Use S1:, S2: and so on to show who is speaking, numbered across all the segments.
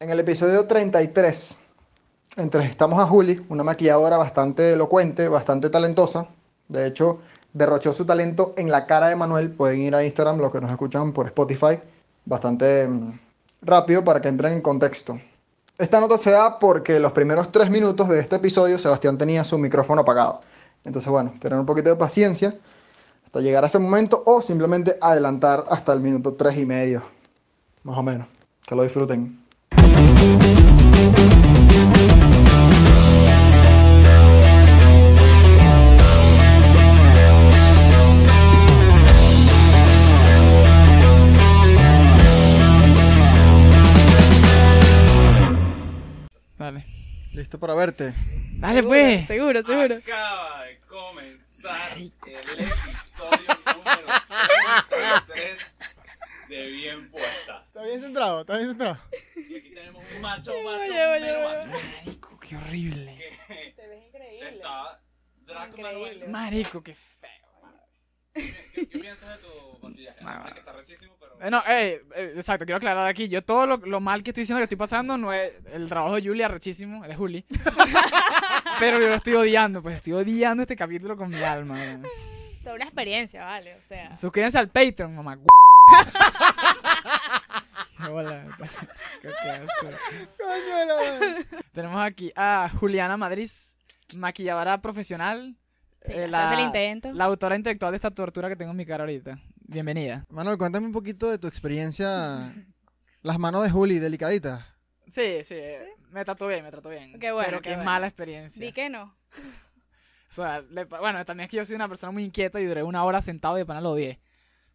S1: en el episodio 33 entrevistamos a Juli, una maquilladora bastante elocuente, bastante talentosa. De hecho, derrochó su talento en la cara de Manuel. Pueden ir a Instagram, los que nos escuchan por Spotify, bastante mm, rápido para que entren en contexto. Esta nota se da porque los primeros tres minutos de este episodio Sebastián tenía su micrófono apagado. Entonces, bueno, tener un poquito de paciencia hasta llegar a ese momento o simplemente adelantar hasta el minuto tres y medio, más o menos. Que lo disfruten.
S2: Dale.
S1: Listo para verte.
S2: Dale, pues.
S3: Seguro, seguro.
S4: Acaba de comenzar el episodio número 33 de Bien Puestas.
S1: bien centrado, está bien centrado.
S4: Y aquí tenemos un macho, macho,
S3: Oye, oye,
S4: mero
S3: oye.
S4: macho.
S2: Marico, qué horrible.
S4: que
S3: Te ves
S4: Se
S3: increíble.
S4: está Draco
S3: Increíble.
S4: Manuel.
S2: Marico, qué feo.
S4: ¿Qué, qué piensas de tu maquillaje?
S2: Nada.
S4: Aparte que está rechísimo, pero.
S2: Eh, No, eh, eh, exacto, quiero aclarar aquí. Yo todo lo, lo mal que estoy diciendo que estoy pasando no es el trabajo de Julia, rechísimo, de Juli. Pero yo lo estoy odiando, pues estoy odiando este capítulo con mi alma. weón.
S3: Toda una experiencia, vale. O sea,
S2: Suscríbanse al Patreon, mamá. cu- Hola. qué asco. Tenemos aquí a Juliana Madrid, maquilladora profesional.
S3: sí,
S2: eh,
S3: se hace el intento.
S2: la autora intelectual de esta tortura que tengo en mi cara ahorita. Bienvenida.
S1: Manuel, cuéntame un poquito de tu experiencia. Las manos de Juli, delicaditas.
S2: Sí, sí, me trató bien, me trató bien.
S3: Qué bueno,
S2: Pero
S3: qué
S2: qué,
S3: bueno.
S2: mala experiencia.
S3: Di que no.
S2: O sea, le pa- bueno, también es que yo soy una persona muy inquieta y duré una hora sentado y de pana lo odié.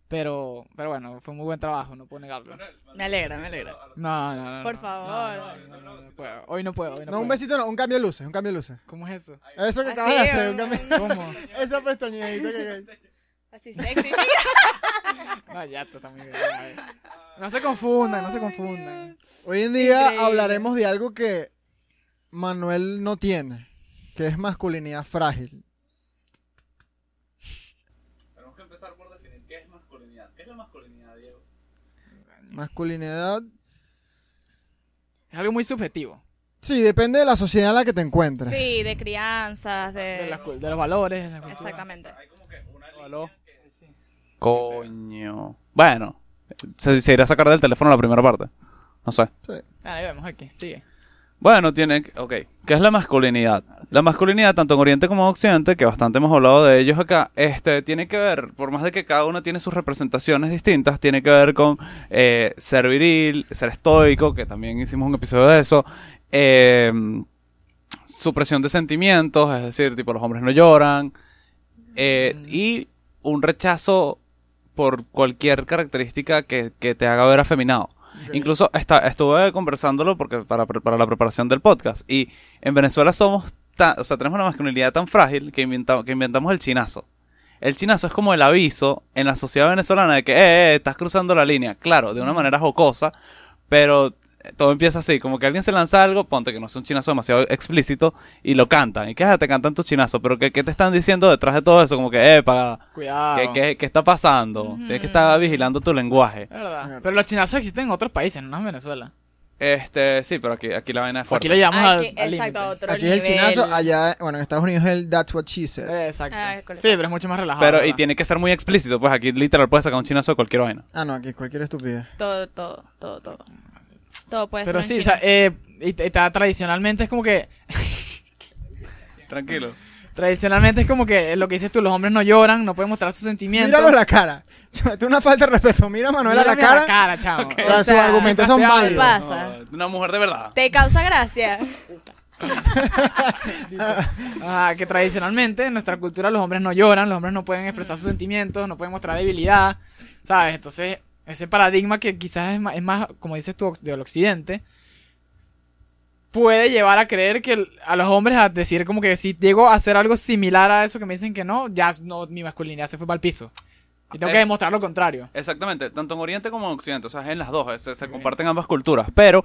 S2: Pero, pero bueno, fue muy buen trabajo, no puedo negarlo.
S4: Manuel, Manuel,
S3: Me alegra,
S4: sí,
S3: me alegra.
S4: ahora sí.
S2: No, no, no.
S3: Por
S2: no.
S3: favor.
S2: No, no, no, no, no, no puedo. Hoy no puedo. hoy no
S1: No, un
S2: puedo.
S1: besito no, un cambio de luces, un cambio de luces.
S2: ¿Cómo es eso?
S1: Eso que
S3: Así,
S1: acabas de hacer, un
S3: un-
S1: cambio...
S2: ¿Cómo?
S1: Esa pestañadita que...
S3: Así sexy.
S2: No, ya está también. No se confundan, no se
S3: Ay,
S2: confundan.
S1: Hoy en día
S3: Increíble.
S1: hablaremos de algo que Manuel no tiene, que es masculinidad frágil.
S4: Tenemos que empezar por definir qué es masculinidad. ¿Qué es la masculinidad, Diego?
S1: Masculinidad...
S2: Es algo muy subjetivo.
S1: Sí, depende de la sociedad en la que te encuentres.
S3: Sí, de crianzas,
S2: De, las
S3: de...
S2: cul- de los valores. de la cultura.
S3: Exactamente.
S4: Hay como que una
S2: Aló.
S4: línea que. Coño. Bueno, se, se irá a sacar del teléfono la primera parte. No sé.
S2: Ah, ahí vemos aquí. Sigue.
S4: Bueno, tiene. que- Ok. ¿Qué es la masculinidad? La masculinidad, tanto en Oriente como en Occidente, que bastante hemos hablado de ellos acá, este, tiene que ver, por más de que cada uno tiene sus representaciones distintas, tiene que ver con eh, ser viril, ser estoico, que también hicimos un episodio de eso. eh, supresión de sentimientos, es decir, tipo los hombres no lloran. eh, y un rechazo por cualquier característica que, que te haga ver afeminado. Incluso está, estuve conversándolo porque para, pre- para la preparación del podcast. Y en Venezuela somos tan, o sea, tenemos una masculinidad tan frágil que, inventa- que inventamos el chinazo. El chinazo es como el aviso en la sociedad venezolana de que, eh, eh, estás cruzando la línea. Claro, de una manera jocosa, pero eh, todo empieza así, como que alguien se lanza algo, ponte que no es un chinazo demasiado explícito, y lo cantan. Y que "Ah, te cantan tu chinazo, pero ¿qué, qué te están diciendo detrás de todo eso? Como que, eh, pa,
S2: Cuidado.
S4: ¿qué, qué, qué está pasando? Tienes que estar vigilando tu lenguaje.
S2: Es verdad. Pero los chinazos existen en otros países, no en Venezuela.
S4: Este, sí, pero aquí, aquí la vaina es fuerte.
S2: Aquí lo llevamos
S3: Ah,
S2: al,
S3: que-
S2: al
S3: exacto, a
S2: límite.
S3: otro
S1: Aquí es
S3: nivel.
S1: el chinazo, allá, bueno, en Estados Unidos es el that's what she said.
S2: Eh, Exacto.
S3: Ah, correcto.
S2: sí, pero es mucho más relajado.
S4: Pero, y
S2: ¿verdad?
S4: tiene que ser muy explícito, pues aquí literal puedes sacar un chinazo de cualquier vaina.
S1: Ah, no, aquí cualquier estupidez.
S3: Todo, todo, todo, todo. Todo puede
S2: Pero
S3: ser
S2: sí,
S3: un
S2: o sea,
S3: chinazo.
S2: eh, y, y ta- tradicionalmente es como que.
S4: Tranquilo.
S2: Tradicionalmente es como que eh, lo que dices tú, los hombres no lloran, no pueden mostrar sus sentimientos.
S1: Míralo en la cara. Tú una falta de respeto. Mira a Manuel a la
S2: Mírame
S1: cara.
S2: chamo.
S1: O sea,
S3: O
S1: sus
S3: sea,
S1: argumentos son
S2: ¿qué
S3: ¿Qué
S1: válidos.
S3: pasa?
S4: una mujer de verdad.
S3: ¿Te causa gracia?
S2: Ah, que tradicionalmente en nuestra cultura los hombres no lloran, los hombres no pueden expresar sus sentimientos, no pueden mostrar debilidad, ¿sabes? Entonces, ese paradigma que quizás es más, es más como dices tú, ox- del occidente, puede llevar a creer que el- a los hombres a decir como que si llego a hacer algo similar a eso que me dicen que no, ya s- no, mi masculinidad se fue para el piso. Y tengo que
S4: Es-
S2: demostrar lo contrario.
S4: Exactamente, tanto en Oriente como en Occidente, o sea, es en las dos, eh, se, se
S2: Ok.
S4: comparten ambas culturas, pero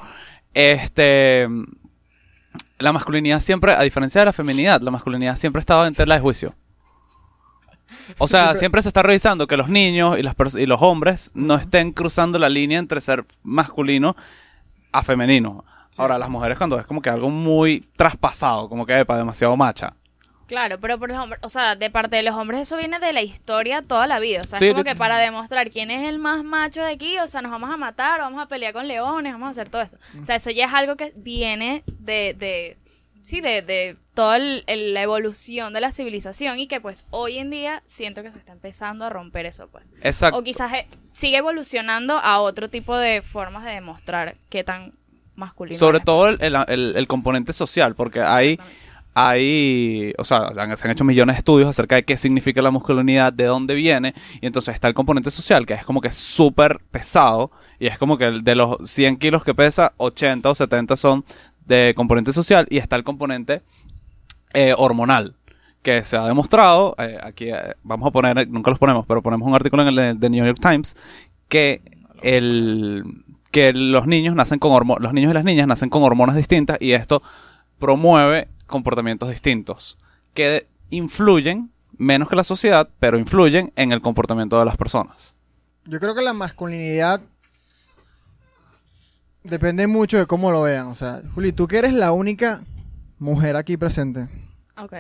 S4: este la masculinidad siempre, a diferencia de la feminidad, la masculinidad siempre ha estado en tela de juicio. O sea, siempre se está revisando que los niños y, las pers- y los hombres no estén cruzando la línea entre ser masculino a femenino. Ahora, las mujeres cuando es como que algo muy traspasado, como que, epa, demasiado macha.
S3: Claro, pero por los hombres, o sea, de parte de los hombres eso viene de la historia toda la vida. O sea,
S4: Sí,
S3: es como
S4: de-
S3: que para demostrar quién es el más macho de aquí, o sea, nos vamos a matar, vamos a pelear con leones, vamos a hacer todo eso. O sea, eso ya es algo que viene de, de sí, de, de toda el- el- la evolución de la civilización y que pues hoy en día siento que se está empezando a romper eso, pues.
S4: Exacto.
S3: O quizás eh, sigue evolucionando a otro tipo de formas de demostrar qué tan masculino
S4: Sobre
S3: eres.
S4: todo el, el- el- el componente social, porque hay,
S3: Exactamente.
S4: hay, o sea, han- se han hecho millones de estudios acerca de qué significa la masculinidad, de dónde viene, y entonces está el componente social, que es como que súper pesado, y es como que el- de los 100 kilos que pesa, 80 o 70 son de componente social, y está el componente eh, hormonal, que se ha demostrado, eh, aquí eh, vamos a poner, eh, nunca los ponemos, pero ponemos un artículo en el de- de New York Times, que el que los niños nacen con hormo- los niños y las niñas nacen con hormonas distintas y esto promueve comportamientos distintos que influyen menos que la sociedad, pero influyen en el comportamiento de las personas.
S1: Yo creo que la masculinidad depende mucho de cómo lo vean. O sea, Juli, tú que eres la única mujer aquí presente,
S3: Ok,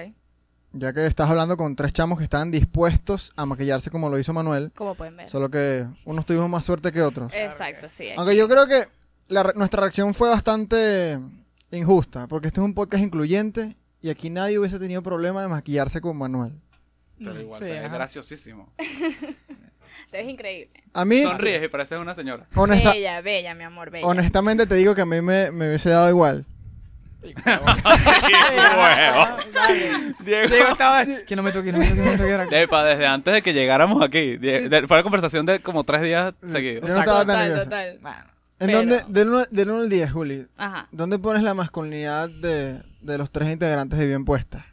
S1: ya que estás hablando con tres chamos que están dispuestos a maquillarse como lo hizo Manuel,
S3: como pueden ver.
S1: solo que unos tuvimos más suerte que otros.
S3: Exacto, sí.
S4: Ah.
S3: aquí.
S1: Aunque yo creo que la re- nuestra reacción fue bastante injusta, porque este es un podcast incluyente y aquí nadie hubiese tenido problema de maquillarse con Manuel.
S2: Pero igual Sí, se ve ajá.
S4: graciosísimo.
S3: Te ves increíble.
S1: A mí,
S4: y pareces una señora.
S1: honesta-
S3: Bella, bella, mi amor, bella.
S1: honestamente te digo que a mí me, me hubiese dado igual.
S4: Diego.
S2: Diego estaba que no me toque, no me toque, no me toque. era-
S4: Epa, desde antes de que llegáramos aquí, Die- de- fue la conversación de como tres días seguidos.
S1: Yo no estaba tan
S3: total,
S1: nervioso.
S3: total.
S2: Bueno,
S1: ¿En
S3: Pero-
S1: dónde, del 1 del uno al 10, Juli,
S3: Ajá.
S1: ¿dónde pones la masculinidad de, de los tres integrantes de Bien Puesta?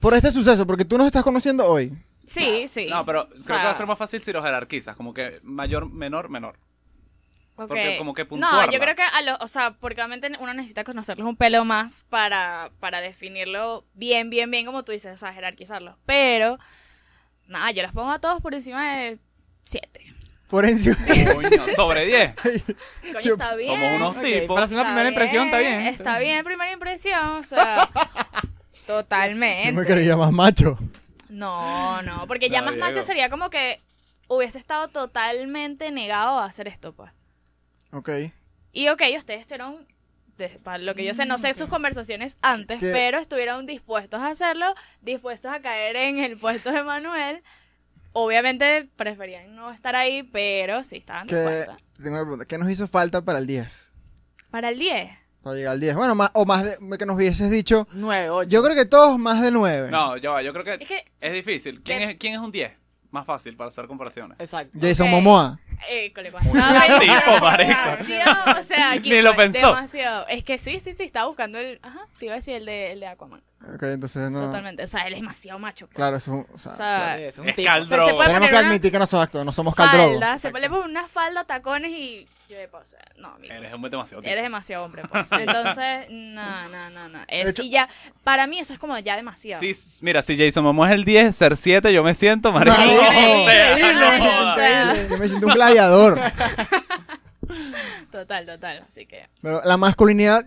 S1: Por este suceso, porque tú nos estás conociendo hoy.
S3: Sí, sí.
S4: Ah, No, pero creo
S3: O sea,
S4: que va a ser más fácil si los jerarquizas, como que mayor, menor, menor.
S3: ok.
S4: porque como que
S3: No,
S4: puntuarla.
S3: yo creo que a los, o sea, porque obviamente uno necesita conocerlos un pelo más para, para definirlo bien, bien, bien, como tú dices, o sea, jerarquizarlos. Pero, nada, yo los pongo a todos por encima de siete.
S1: Por encima.
S4: Coño, sobre 10.
S3: Coño,
S1: Yo-
S3: está bien.
S4: Somos unos
S2: ok,
S4: tipos.
S2: Para hacer una
S3: Está
S2: primera impresión, está bien.
S3: Está bien, primera impresión, o sea, totalmente.
S1: Yo me creía más macho.
S3: No, no, porque ya
S4: No,
S3: más macho
S4: Diego.
S3: sería como que hubiese estado totalmente negado a hacer esto, pues.
S1: Ok.
S3: Y ok, ustedes estuvieron, de- para lo que yo sé, no sé sus conversaciones antes,
S1: ¿Qué?
S3: pero estuvieron dispuestos a hacerlo, dispuestos a caer en el puesto de Manuel. Obviamente preferían no estar ahí, pero sí estaban
S1: ¿Qué,
S3: dispuestos.
S1: tengo una pregunta. ¿Qué nos hizo falta para el 10?
S3: Para el 10.
S1: Para llegar al 10. Bueno, más, o más de, que nos hubieses dicho.
S2: Nueve, ocho.
S1: Yo creo que todos más de 9.
S4: No, yo, yo creo que
S3: Es que,
S4: es difícil. ¿Quién
S3: de-
S4: es, ¿Quién es un 10? Más fácil para hacer comparaciones.
S2: Exacto.
S1: Jason
S3: Ok.
S1: Momoa.
S3: eh, cole,
S4: buen tipo, marico.
S3: demasiado, o sea, aquí
S4: Ni lo
S3: fue
S4: pensó.
S3: demasiado. Es que sí, sí, sí, estaba buscando el, ajá, te iba a decir el de, el de Aquaman.
S1: Ok, entonces no.
S3: Totalmente, o sea, él es demasiado macho. pues.
S1: Claro, eso. O sea,
S3: O sea,
S2: Sí, Ah, es un
S4: Es
S2: tipo.
S4: caldo.
S3: se, se puede
S1: tenemos
S3: poner
S1: que
S3: una
S1: admitir que no somos actos, no somos caldrogo.
S3: falda, se pone una falda, tacones y yo de pausa. No, amigo.
S4: Eres un demasiado tipo.
S3: Eres demasiado hombre, pues. Entonces, no, no, no, no. Es,
S1: hecho-
S3: y ya, para mí eso es como ya demasiado.
S4: Sí, s- mira, si Jason Momoa es el 10, ser 7, yo me siento, marico.
S1: No,
S4: O
S3: increíble,
S4: sea, no
S3: o
S4: jodas.
S3: sea,
S1: Yo me siento un gladiador.
S3: total, total. Así que,
S1: Pero la masculinidad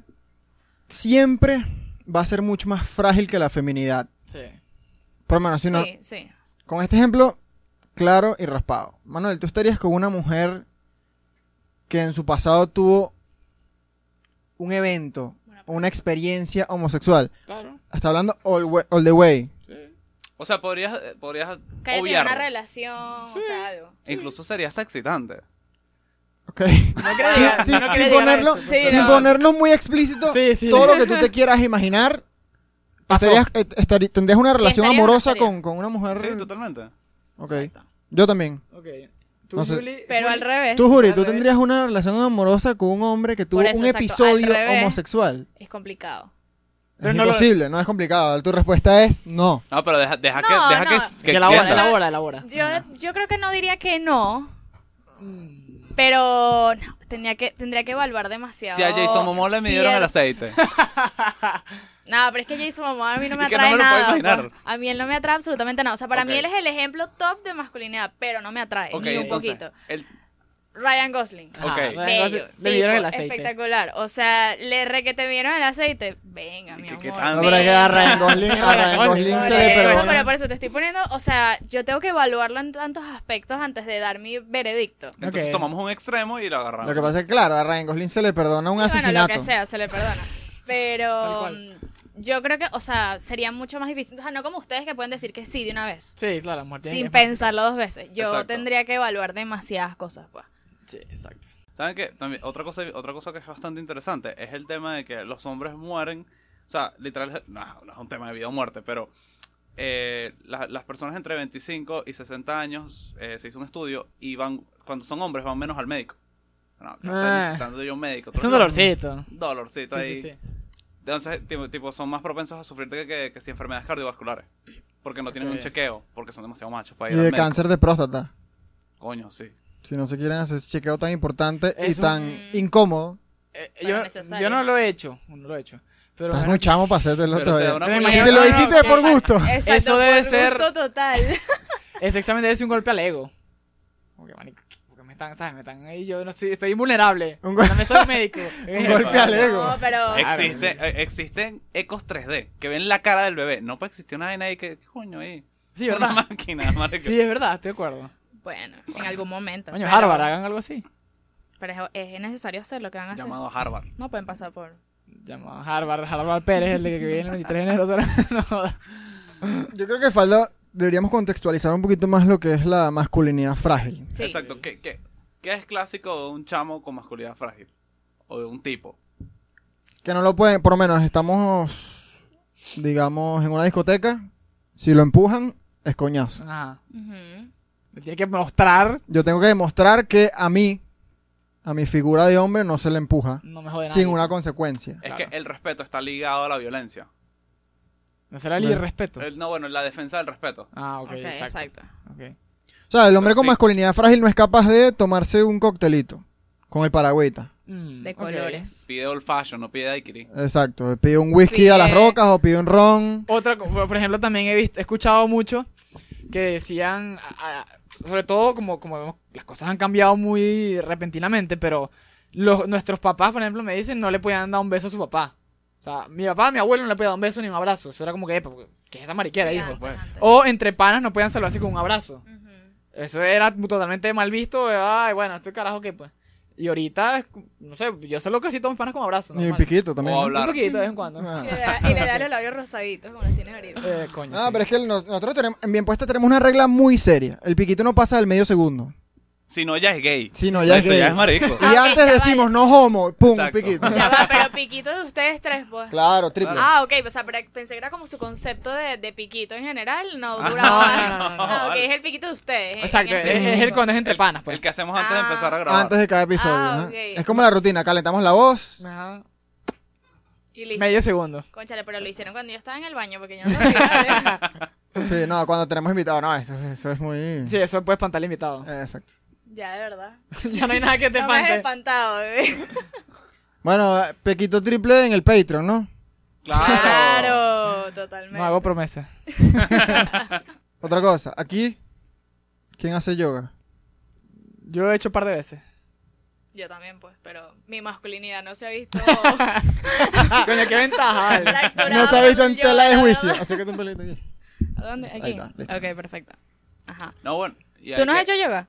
S1: siempre va a ser mucho más frágil que la feminidad.
S2: Sí.
S1: Por lo menos, si
S3: sí,
S1: no,
S3: sí.
S1: con este ejemplo claro y raspado. Manuel, tú estarías con una mujer que en su pasado tuvo un evento, una experiencia homosexual.
S2: Claro.
S1: Está hablando all, we- all the way.
S4: O sea, podrías, eh, podrías
S3: Que haya tenido una
S4: obviarlo.
S3: relación, o sea, algo.
S4: Incluso sería hasta excitante.
S1: ¿Ok?
S2: No quería
S1: Sin-
S2: llegar-
S1: sin-
S2: no quería
S1: sin
S2: llegar a
S1: ponerlo,
S2: eso,
S3: sí,
S2: pero-
S1: sin
S3: no.
S1: ponerlo muy explícito,
S2: Sí, sí.
S1: todo lo que tú te quieras imaginar.
S2: Pasó.
S1: estarías- eh, estari- tendrías una relación
S3: estaría,
S1: amorosa
S3: estaría.
S1: con, con una mujer.
S4: Sí, totalmente.
S1: Ok.
S2: Exacto.
S1: Yo también.
S2: Ok. Tú,
S1: No sé.
S2: Juli-
S3: Pero
S2: Juli-
S3: al revés.
S1: Tú, Juri,
S3: al
S1: tú
S3: revés,
S1: tendrías una relación amorosa con un hombre que tuvo
S3: Por eso,
S1: un
S3: exacto,
S1: episodio
S3: al revés.
S1: homosexual.
S3: Es complicado.
S2: Pero
S1: es
S2: no lo-
S1: imposible, no es complicado. Tu respuesta es no.
S4: No, pero deja, deja
S3: No,
S4: que, deja
S3: no.
S4: que, que
S2: elabora,
S4: extienda.
S2: elabora,
S1: Ah,
S2: elabora.
S3: Yo, yo creo que no diría que no,
S2: Mm.
S3: pero no, tendría que, tendría que evaluar demasiado.
S4: Si a Jason Momoa le midieron el
S3: cierto-
S4: aceite.
S3: No, pero es que Jason Momoa a mí no me
S4: Es que no
S3: atrae
S4: me lo puedo
S3: nada.
S4: imaginar.
S3: pues. A mí él no me atrae absolutamente nada. O sea, para
S4: Ok.
S3: mí él es el ejemplo top de masculinidad, pero no me atrae
S4: Ok,
S3: ni un
S4: entonces,
S3: poquito.
S4: el-
S3: Ryan Gosling.
S2: Ajá,
S4: Ok.
S2: Ryan
S3: Bello,
S2: Gosling,
S3: tipo,
S2: Ah, Le vieron el aceite.
S3: Espectacular. O sea, le re que te vieron el aceite. Venga,
S4: ¿Y
S3: mi
S4: qué-
S3: amor.
S4: qué tan-
S1: No, pero es que a Ryan Gosling, a Ryan Gosling
S3: Por
S1: se le
S3: eso, pero
S1: perdona.
S3: por eso te estoy poniendo, o sea, yo tengo que evaluarlo en tantos aspectos antes de dar mi veredicto.
S4: Entonces
S2: Ok.
S4: tomamos un extremo y lo agarramos.
S1: Lo que pasa es que, claro, a Ryan Gosling se le perdona un
S3: Sí, Bueno, lo
S1: asesinato.
S3: que sea, se le perdona.
S2: Tal
S3: Pero
S2: cual.
S3: mm, yo creo que, o sea, sería mucho más difícil. O sea, no como ustedes que pueden decir que sí de una vez.
S2: Sí, claro, la muerte.
S3: sin pensarlo dos veces. Yo
S4: Exacto.
S3: tendría que evaluar demasiadas cosas, pues.
S2: Sí, exacto.
S4: ¿Saben qué? También, otra, cosa, otra cosa que es bastante interesante es el tema de que los hombres mueren. O sea, literal, no, no es un tema de vida o muerte, pero eh, la- las personas entre 25 y 60 años eh, se hizo un estudio y van, cuando son hombres, van menos al médico. No, no
S2: Ah.
S4: están necesitando yo un médico.
S2: Es
S4: Creo
S2: un
S4: que-
S2: dolorcito.
S4: Dolorcito
S2: Sí,
S4: ahí.
S2: sí, sí.
S4: Entonces, tipo, tipo, son más propensos a sufrir de que, que, que si enfermedades cardiovasculares. Porque no tienen
S2: Ok.
S4: un chequeo, porque son demasiado machos para
S1: Y
S4: ir al
S1: de
S4: médico.
S1: cáncer de próstata.
S4: Coño, sí.
S1: Si no se quieren hacer ese chequeo tan importante y
S2: Eso- Mm.
S1: tan incómodo,
S2: Eh,
S3: Pero
S2: yo,
S3: necesario.
S2: yo no lo he hecho. No lo he hecho. Pero
S1: estás
S2: bueno,
S1: muy chamo para hacértelo
S4: Pero te da
S1: todavía.
S4: una
S2: Pero
S4: pulmonía.
S1: Si te
S2: No,
S1: lo
S2: no,
S1: hiciste
S2: no,
S1: por gusto.
S3: Exacto,
S2: Eso debe
S3: por
S2: ser-
S3: gusto total.
S2: ese examen debe ser un golpe al ego. Como que, marico, porque me están, ¿sabes? Me están ahí. Yo no soy, estoy invulnerable.
S1: Un
S2: Un
S1: gol-
S2: golpe. mesa de un médico.
S1: Un golpe al ego.
S3: No, pero
S2: Claro.
S4: Existe- eh, existen ecos 3D que ven la cara del bebé. No puede existir una vaina ahí que. ¿Qué coño ahí?
S2: Sí,
S4: Una
S2: ¿verdad?
S4: máquina, marico.
S2: Sí, es verdad, estoy de acuerdo.
S3: bueno, en algún momento.
S2: Coño,
S3: pero-
S2: Harvard, hagan algo así.
S3: Pero es, es necesario hacer lo que van a hacer.
S4: Llamado Harvard.
S3: No pueden pasar por.
S2: Llamado Harvard, Harvard Pérez, el de que viene el 23 de enero. ¿sabes? No, jodas.
S1: Yo creo que falta, deberíamos contextualizar un poquito más lo que es la masculinidad frágil.
S3: Sí.
S4: Exacto. ¿Qué, qué, qué es clásico de un chamo con masculinidad frágil? O de un tipo.
S1: Que no lo pueden, por lo menos estamos, digamos, en una discoteca. Si lo empujan, es coñazo.
S2: Ajá.
S3: Ujú.
S2: Le tiene que mostrar.
S1: Yo tengo que demostrar que a mí, a mi figura de hombre, no se le empuja
S2: No me jode nada.
S1: sin una consecuencia.
S4: Es
S2: Claro.
S4: que el respeto está ligado a la violencia.
S2: No será el
S1: Bueno.
S2: irrespeto.
S4: El- no, bueno, la defensa del respeto.
S2: Ah, ok,
S3: Ok,
S2: exacto.
S3: exacto.
S2: Ok.
S1: O sea, el hombre con
S4: Sí.
S1: masculinidad frágil no es capaz de tomarse un coctelito con el paragüita.
S2: Mm,
S3: De
S2: ok.
S3: colores.
S4: Pide old fashion, no pide daiquiri.
S1: Exacto, pide un whisky a las
S3: Pide-
S1: rocas o pide un ron.
S2: Otra, co- por ejemplo, también he visto, he escuchado mucho que decían, a- a- sobre todo como, como vemos, las cosas han cambiado muy repentinamente, pero los, nuestros papás, por ejemplo, me dicen no le podían dar un beso a su papá. O sea, mi papá, mi abuelo no le podía dar un beso ni un abrazo. Eso era como que, "Epa, ¿qué es esa mariquera,
S3: Sí,
S2: hijo? pues. Oh.
S3: antes, antes.
S2: O entre panas no podían saludarse con un abrazo.
S3: Ujú.
S2: Eso era totalmente mal visto. eh, Ay, bueno, este carajo que pues. Y ahorita, es cu- no sé, yo sé lo que sí tomo panas con abrazo.
S1: Y un
S2: normal.
S1: piquito también.
S4: O
S1: ¿no?
S2: Un
S4: hablar.
S2: poquito de vez en cuando.
S1: Ah.
S3: Y le da- Y le da los labios rosaditos como los tienes ahorita.
S2: Eh, coño.
S1: Ah,
S2: sí.
S1: pero es que el- nos- nosotros tenemos, en Bien Puesta tenemos una regla muy seria. El piquito no pasa del medio segundo.
S4: Si no, ya es gay.
S1: Si no, ya es
S4: Eso ya
S1: gay.
S4: es marico.
S1: Y
S3: Ah, ok,
S1: antes
S3: ya
S1: decimos no homo, pum,
S4: Exacto.
S1: piquito.
S3: Ya va, pero piquito de ustedes tres, pues.
S1: Claro, triple.
S3: Ah, ok, o sea, pero pensé que era como su concepto de, de piquito en general, no
S4: Ah,
S3: duraba.
S2: no, no, no, no.
S3: Ah, ok,
S4: Vale.
S3: es el piquito de ustedes. en-
S2: Exacto,
S3: en
S2: es,
S3: específico.
S2: es el cuando es entre panas, pues.
S4: El que hacemos antes de
S3: Ah.
S4: empezar a grabar.
S1: Antes de cada episodio.
S3: Ah,
S1: ajá.
S3: ok.
S1: Es como la rutina, calentamos la voz.
S2: Ajá.
S3: Y listo.
S2: Medio segundo.
S3: Conchale, pero lo hicieron cuando yo estaba en el baño, porque yo no lo vi.
S1: Sí, no, cuando tenemos invitados, no, eso, eso es muy...
S2: Sí, eso pues, puedes espantar al invitado.
S1: Eh, Exacto.
S3: ya, de verdad.
S2: ya no hay nada que te
S3: no me has
S2: espante.
S3: espantado, bebé.
S1: Bueno, eh, Pequito Triple en el Patreon, ¿no?
S4: Claro.
S3: Claro, totalmente.
S2: No hago promesas.
S1: Otra cosa, aquí, ¿quién hace yoga?
S2: Yo he hecho un par de veces.
S3: Yo también, pues, pero mi masculinidad no se ha visto.
S2: Coño, qué ventaja, vale.
S3: fracturada
S1: No se ha visto
S3: por un
S1: en tela de
S3: yoga,
S1: juicio.
S3: ¿verdad?
S1: Acércate un pelito aquí.
S3: ¿A dónde?
S1: Ahí
S3: Aquí.
S1: está, listo.
S3: Ok, perfecto. Ajá.
S4: No, bueno. y
S3: ¿Tú
S4: hay
S3: no has
S4: que-
S3: hecho yoga?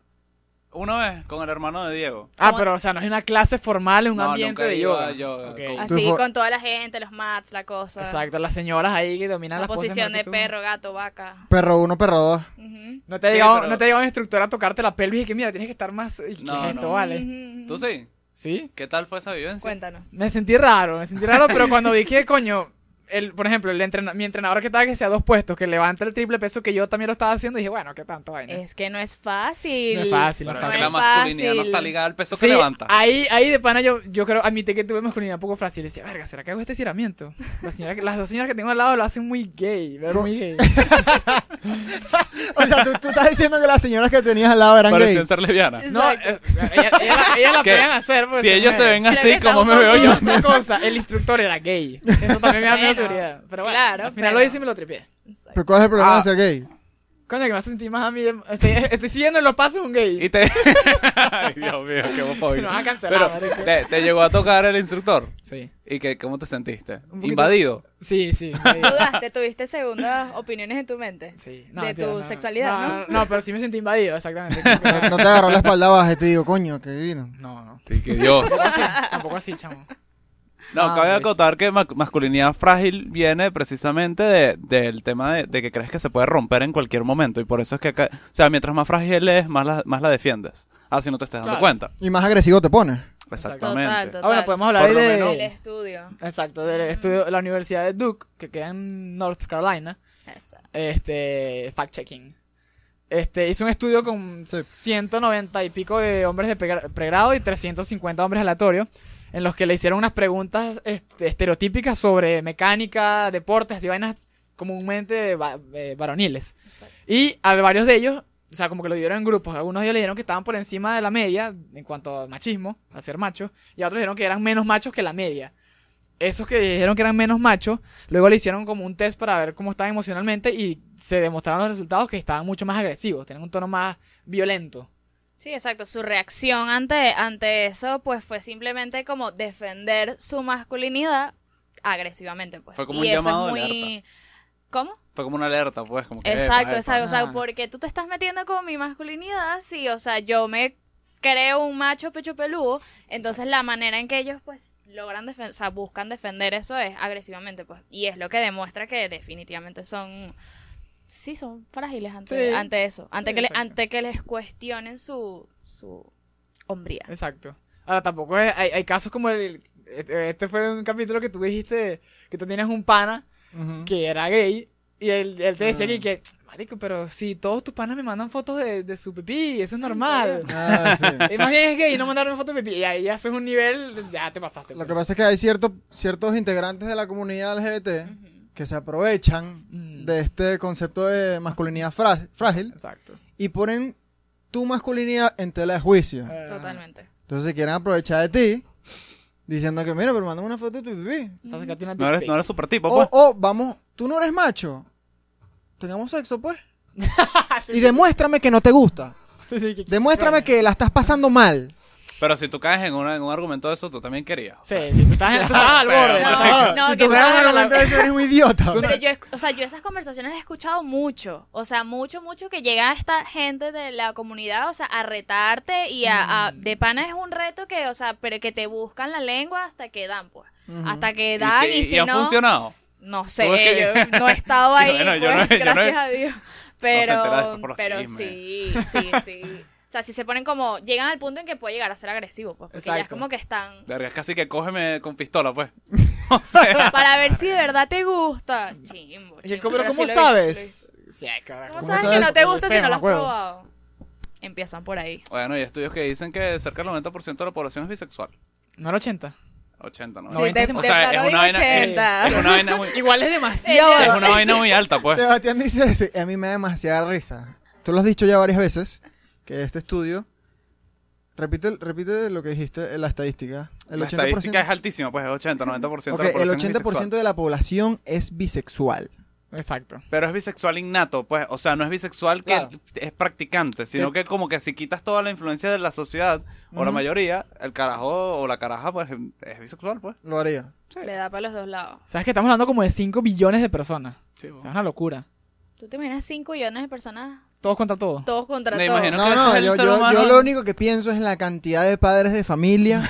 S4: Una vez con el hermano de Diego.
S2: Ah, pero o sea, no es una clase formal, es un
S4: No,
S2: ambiente
S4: nunca
S2: de
S4: he ido
S2: yoga.
S4: a yoga,
S2: Ok.
S4: como-
S1: Tú
S3: Así,
S1: fue-
S3: con toda la gente, los mats, la cosa.
S2: Exacto, las señoras ahí que dominan
S3: La
S2: las poses,
S3: posición
S2: ¿no?
S3: de
S2: Que tú-
S3: perro, gato, vaca.
S1: Perro uno, perro dos.
S3: Ujú.
S2: No te, ha
S4: Sí,
S2: llegado,
S4: pero-
S2: no te ha llegado un instructor a tocarte la pelvis y que mira, tienes que estar más. ¿Qué
S4: No,
S2: es esto,
S4: no.
S2: vale?
S3: Ujú.
S4: ¿Tú sí?
S2: ¿Sí?
S4: ¿Qué tal fue esa vivencia?
S3: Cuéntanos.
S2: Me sentí raro, me sentí raro, pero cuando vi que, coño, el, por ejemplo, el entrena- mi entrenador que estaba que sea dos puestos, que levanta el triple peso que yo también lo estaba haciendo, dije, bueno, qué tanto vaina.
S3: Es que no es fácil.
S2: No es fácil, no es
S4: Pero es que
S2: fácil.
S3: No
S4: la
S3: es fácil.
S4: masculinidad no está ligada al peso
S2: Sí,
S4: que levanta.
S2: Ahí, ahí de pana yo, yo creo, admití que tuve masculinidad poco fácil. Decía, verga, ¿será que hago este estiramiento? La señora, que- las dos señoras que tengo al lado lo hacen muy gay, pero muy gay.
S1: O sea, tú, tú estás diciendo que las señoras que tenías al lado eran gay.
S4: Parecían ser lesbianas.
S2: No,
S3: Exacto.
S2: es- ella- ella- ellas la
S4: ¿Qué?
S2: pueden hacer. pues, porque
S4: Si
S2: son
S4: ellos se
S2: mujeres.
S4: ven
S3: Creo que
S4: así,
S3: está
S4: ¿cómo
S3: un
S4: me veo
S2: Y
S4: yo?
S2: otra cosa, el instructor era gay. Eso también me da menos
S3: Bueno,
S2: seguridad. Pero bueno,
S3: claro,
S2: al final
S3: pero-
S2: lo hice y me lo tripié.
S3: Exacto.
S1: Pero ¿cuál es el problema
S2: Ah.
S1: de ser gay?
S2: Coño, que me hace sentir más a mí. Estoy, estoy siguiendo los pasos de un gay.
S4: Y te... Ay, Dios mío, qué homofóbico.
S2: Me vas a cancelar,
S4: Pero
S2: marico.
S4: te, te llegó a tocar el instructor.
S2: Sí.
S4: ¿Y que, cómo te sentiste?
S2: Un poquito-
S4: Invadido.
S2: Sí, sí.
S3: Dudaste, tuviste segundas opiniones en tu mente.
S2: sí.
S3: De
S2: mentira,
S3: tu sexualidad, ¿no?
S2: No, pero sí me sentí invadido, exactamente. Como que-
S1: No, no te agarró la espalda baja y te digo, coño, qué divino.
S2: No, no.
S4: Sí, que Dios.
S2: Tampoco así, tampoco así, chamo.
S4: No,
S2: Ah,
S4: cabe
S2: pues.
S4: acotar que ma- masculinidad frágil viene precisamente de- del tema de, de que crees que se puede romper en cualquier momento. Y por eso es que acá, o sea, mientras más frágil es, más la, más la defiendes. Así no te estás dando
S2: Claro.
S4: cuenta.
S1: Y más agresivo te pones.
S4: Exactamente.
S3: Total, total.
S2: Ah, bueno, podemos hablar
S4: Por
S2: ahí
S4: lo
S2: de...
S3: El estudio.
S2: Exacto, del estudio de la Universidad de Duke, que queda en North Carolina.
S3: Eso.
S2: Este, fact-checking. Este, hizo un estudio con 190 y pico de hombres de pregra- pregrado y 350 hombres aleatorios, en los que le hicieron unas preguntas este, estereotípicas sobre mecánica, deportes y vainas comúnmente va- eh, varoniles.
S3: Exacto.
S2: Y a varios de ellos, o sea, como que lo dieron en grupos. Algunos de ellos le dijeron que estaban por encima de la media en cuanto a machismo, a ser machos, y a otros dijeron que eran menos machos que la media. Esos que dijeron que eran menos machos, luego le hicieron como un test para ver cómo estaban emocionalmente y se demostraron los resultados que estaban mucho más agresivos, tenían un tono más violento.
S3: Sí, exacto. Su reacción ante, ante eso, pues fue simplemente como defender su masculinidad agresivamente, pues.
S4: Fue como
S3: y
S4: un
S3: eso
S4: llamado de
S3: es muy. ¿Cómo?
S4: Fue como una alerta, pues. Como que,
S3: Exacto,
S4: epa, epa.
S3: exacto. O
S2: ajá.
S3: sea, porque tú te estás metiendo con mi masculinidad, sí, o sea, yo me creo un macho pecho peludo, entonces la manera en que ellos pues logran defender, o sea, buscan defender eso es agresivamente, pues, y es lo que demuestra que definitivamente son sí son frágiles ante,
S2: Sí.
S3: ante eso, ante
S2: Sí,
S3: que le-
S2: exacto.
S3: ante que les cuestionen su su hombría.
S2: Exacto. Ahora tampoco es- hay, hay casos como el... Este fue un capítulo que tú dijiste que tú tienes un pana que era gay. Y él, él te decía
S1: Ah.
S2: que,
S3: Mm.
S2: que, marico, pero si todos tus panas me mandan fotos de, de su pipí, eso es normal.
S1: Ah, sí.
S2: Y más bien es gay y no mandaron fotos de pipí. Y ahí haces un nivel, ya te pasaste.
S1: Lo
S2: pues.
S1: que pasa es que hay cierto- ciertos integrantes de la comunidad LGBT
S3: Ujú.
S1: que se aprovechan
S2: Mm.
S1: de este concepto de masculinidad frá- frágil
S2: Exacto.
S1: y ponen tu masculinidad en tela de juicio.
S2: Eh,
S3: Ah. Totalmente.
S1: Entonces se quieren aprovechar de ti diciendo que, mira, pero mándame una foto de tu pipí.
S2: o sea, sacaste una
S4: No
S2: dick
S4: eres,
S2: pic.
S4: no eres super tipo,
S1: O,
S4: pues.
S1: o vamos, tú no eres macho. Tengamos sexo, pues. y demuéstrame que no te gusta.
S2: Sí, sí, que-
S1: Demuéstrame
S2: bueno.
S1: que la estás pasando mal.
S4: Pero si tú caes en, una- en un argumento de eso, tú también querías. o sea.
S2: Sí, sí, tú estás, tú estás al
S4: o sea,
S2: borde.
S4: no,
S2: tú estás-
S1: Ah,
S3: no,
S1: si
S3: que
S1: tú
S3: no,
S1: ganas
S3: no,
S1: la
S3: no.
S1: de eso, eres un idiota.
S3: Pero yo, esc- o sea, yo esas conversaciones las he escuchado mucho, o sea, mucho, mucho que llega esta gente de la comunidad, o sea, a retarte y a, a-
S2: Mm.
S3: de pana es un reto que, o sea, pero que te buscan la lengua hasta que dan, pues,
S1: Ujú.
S3: hasta que
S4: Y,
S3: dan y,
S4: y-
S3: si
S4: y ha
S3: no,
S4: funcionado.
S3: no
S4: Tú ves
S3: sé,
S4: que-
S3: yo no he estado ahí,
S4: Bueno, yo no-
S3: pues,
S4: yo no he-
S3: gracias a Dios,
S4: entera
S3: pero,
S4: por los
S3: pero
S4: chismes.
S3: sí, sí, sí. O sea, si se ponen como, llegan al punto en que puede llegar a ser agresivo, pues, porque ya es
S2: Exacto.
S3: como que están...
S4: Verga, es casi que cógeme con pistola, pues. o sea,
S3: Para ver si de verdad te gusta. Chimbo,
S2: Y yo,
S3: chimbo,
S2: pero
S3: pero
S2: ¿cómo
S3: sí lo vi, sí lo vi.
S2: sabes? Sí, carajo.
S3: ¿Cómo
S1: ¿Cómo
S3: sabes que
S1: sabes?
S3: no te gusta
S2: Sí,
S3: si no lo
S2: me
S3: has
S2: acuerdo.
S3: probado? Empiezan por ahí.
S4: bueno, hay estudios que dicen que cerca del 90% de la población es bisexual.
S2: No era 80.
S4: 80, ¿no?
S2: Sí, de- de
S4: o sea, es una, vaina, es, es una vaina muy,
S2: Igual es demasiado.
S4: es una vaina muy alta, pues.
S1: Sebastián dice, eso, y a mí me da demasiada risa. Tú lo has dicho ya varias veces, que este estudio... Repite, repite lo que dijiste, eh, la estadística. El
S4: la
S1: 80%,
S4: estadística es altísima, pues, es 80, 90%.
S1: Ok,
S4: de
S1: el
S4: la población es
S1: 80%
S4: bisexual.
S1: de la población es bisexual.
S2: Exacto.
S4: Pero es bisexual innato, pues. O sea, no es bisexual que
S1: Claro.
S4: es practicante, sino que como que si quitas toda la influencia de la sociedad, o la
S1: Ujú.
S4: mayoría, el carajo o la caraja, pues, es bisexual, pues.
S1: Lo haría.
S3: Le da para los dos lados.
S2: Sabes que estamos hablando como de 5 billones de personas.
S4: Sí,
S2: O
S4: bueno.
S2: sea, es una locura.
S3: ¿Tú te imaginas 5 millones de personas
S2: Todos contra todos.
S3: todos contra
S4: Me
S3: todos?
S4: imagino.
S1: No,
S4: que ese
S1: no,
S4: es el
S1: yo,
S4: ser
S1: yo-
S4: humano.
S1: yo lo único que pienso es en la cantidad de padres de familia.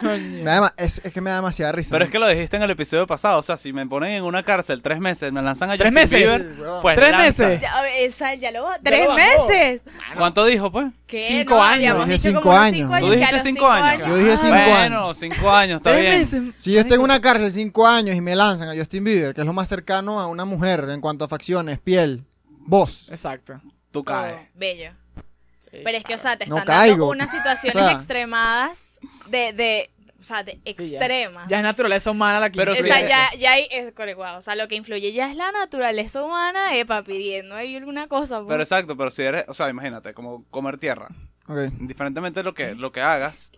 S1: Me da dema- es, es que me da demasiada risa.
S4: Pero es que lo dijiste en el episodio pasado, o sea, si me ponen en una cárcel tres meses, me lanzan a
S2: ¿Tres
S4: Justin
S2: meses?
S4: Bieber,
S1: Sí, huevón.
S4: pues
S2: ¿Tres
S4: lanza.
S2: meses?
S3: Ya, o sea, ya lo
S2: Ya
S3: ¡Tres
S2: lo bajó.
S3: meses!
S4: ¿Cuánto dijo, pues?
S3: ¿Qué?
S2: Cinco
S3: No,
S2: años.
S3: habíamos
S1: Yo dije
S3: dicho
S1: cinco
S3: como unos
S1: años.
S3: cinco
S1: Tú
S3: años. Ah, que
S4: dijiste
S3: a los
S4: cinco
S3: cinco
S4: años.
S1: Yo dije cinco años.
S4: Bueno, cinco años, está
S2: Tres
S4: bien.
S2: meses.
S1: Si yo estoy en una cárcel cinco años y me lanzan a Justin Bieber, que es lo más cercano a una mujer en cuanto a facciones, piel, voz.
S2: Exacto.
S4: Tú
S3: Todo
S4: caes.
S3: Bello.
S2: Sí,
S3: Pero es que, o
S2: claro.
S3: sea, te
S1: No
S3: están
S1: caigo.
S3: dando unas situaciones
S1: O sea.
S3: extremadas de, de, o sea, de
S2: Sí, ya.
S3: extremas.
S2: Ya es naturaleza humana la que
S4: Pero
S3: O
S4: sí,
S3: sea,
S4: eh.
S3: ya, ya hay, es, guau, o sea, lo que influye ya es la naturaleza humana, epa, pidiendo ahí alguna cosa. pues.
S4: Pero exacto, pero si eres, o sea, imagínate, como comer tierra.
S1: Ok.
S4: Indiferentemente lo que, lo que hagas,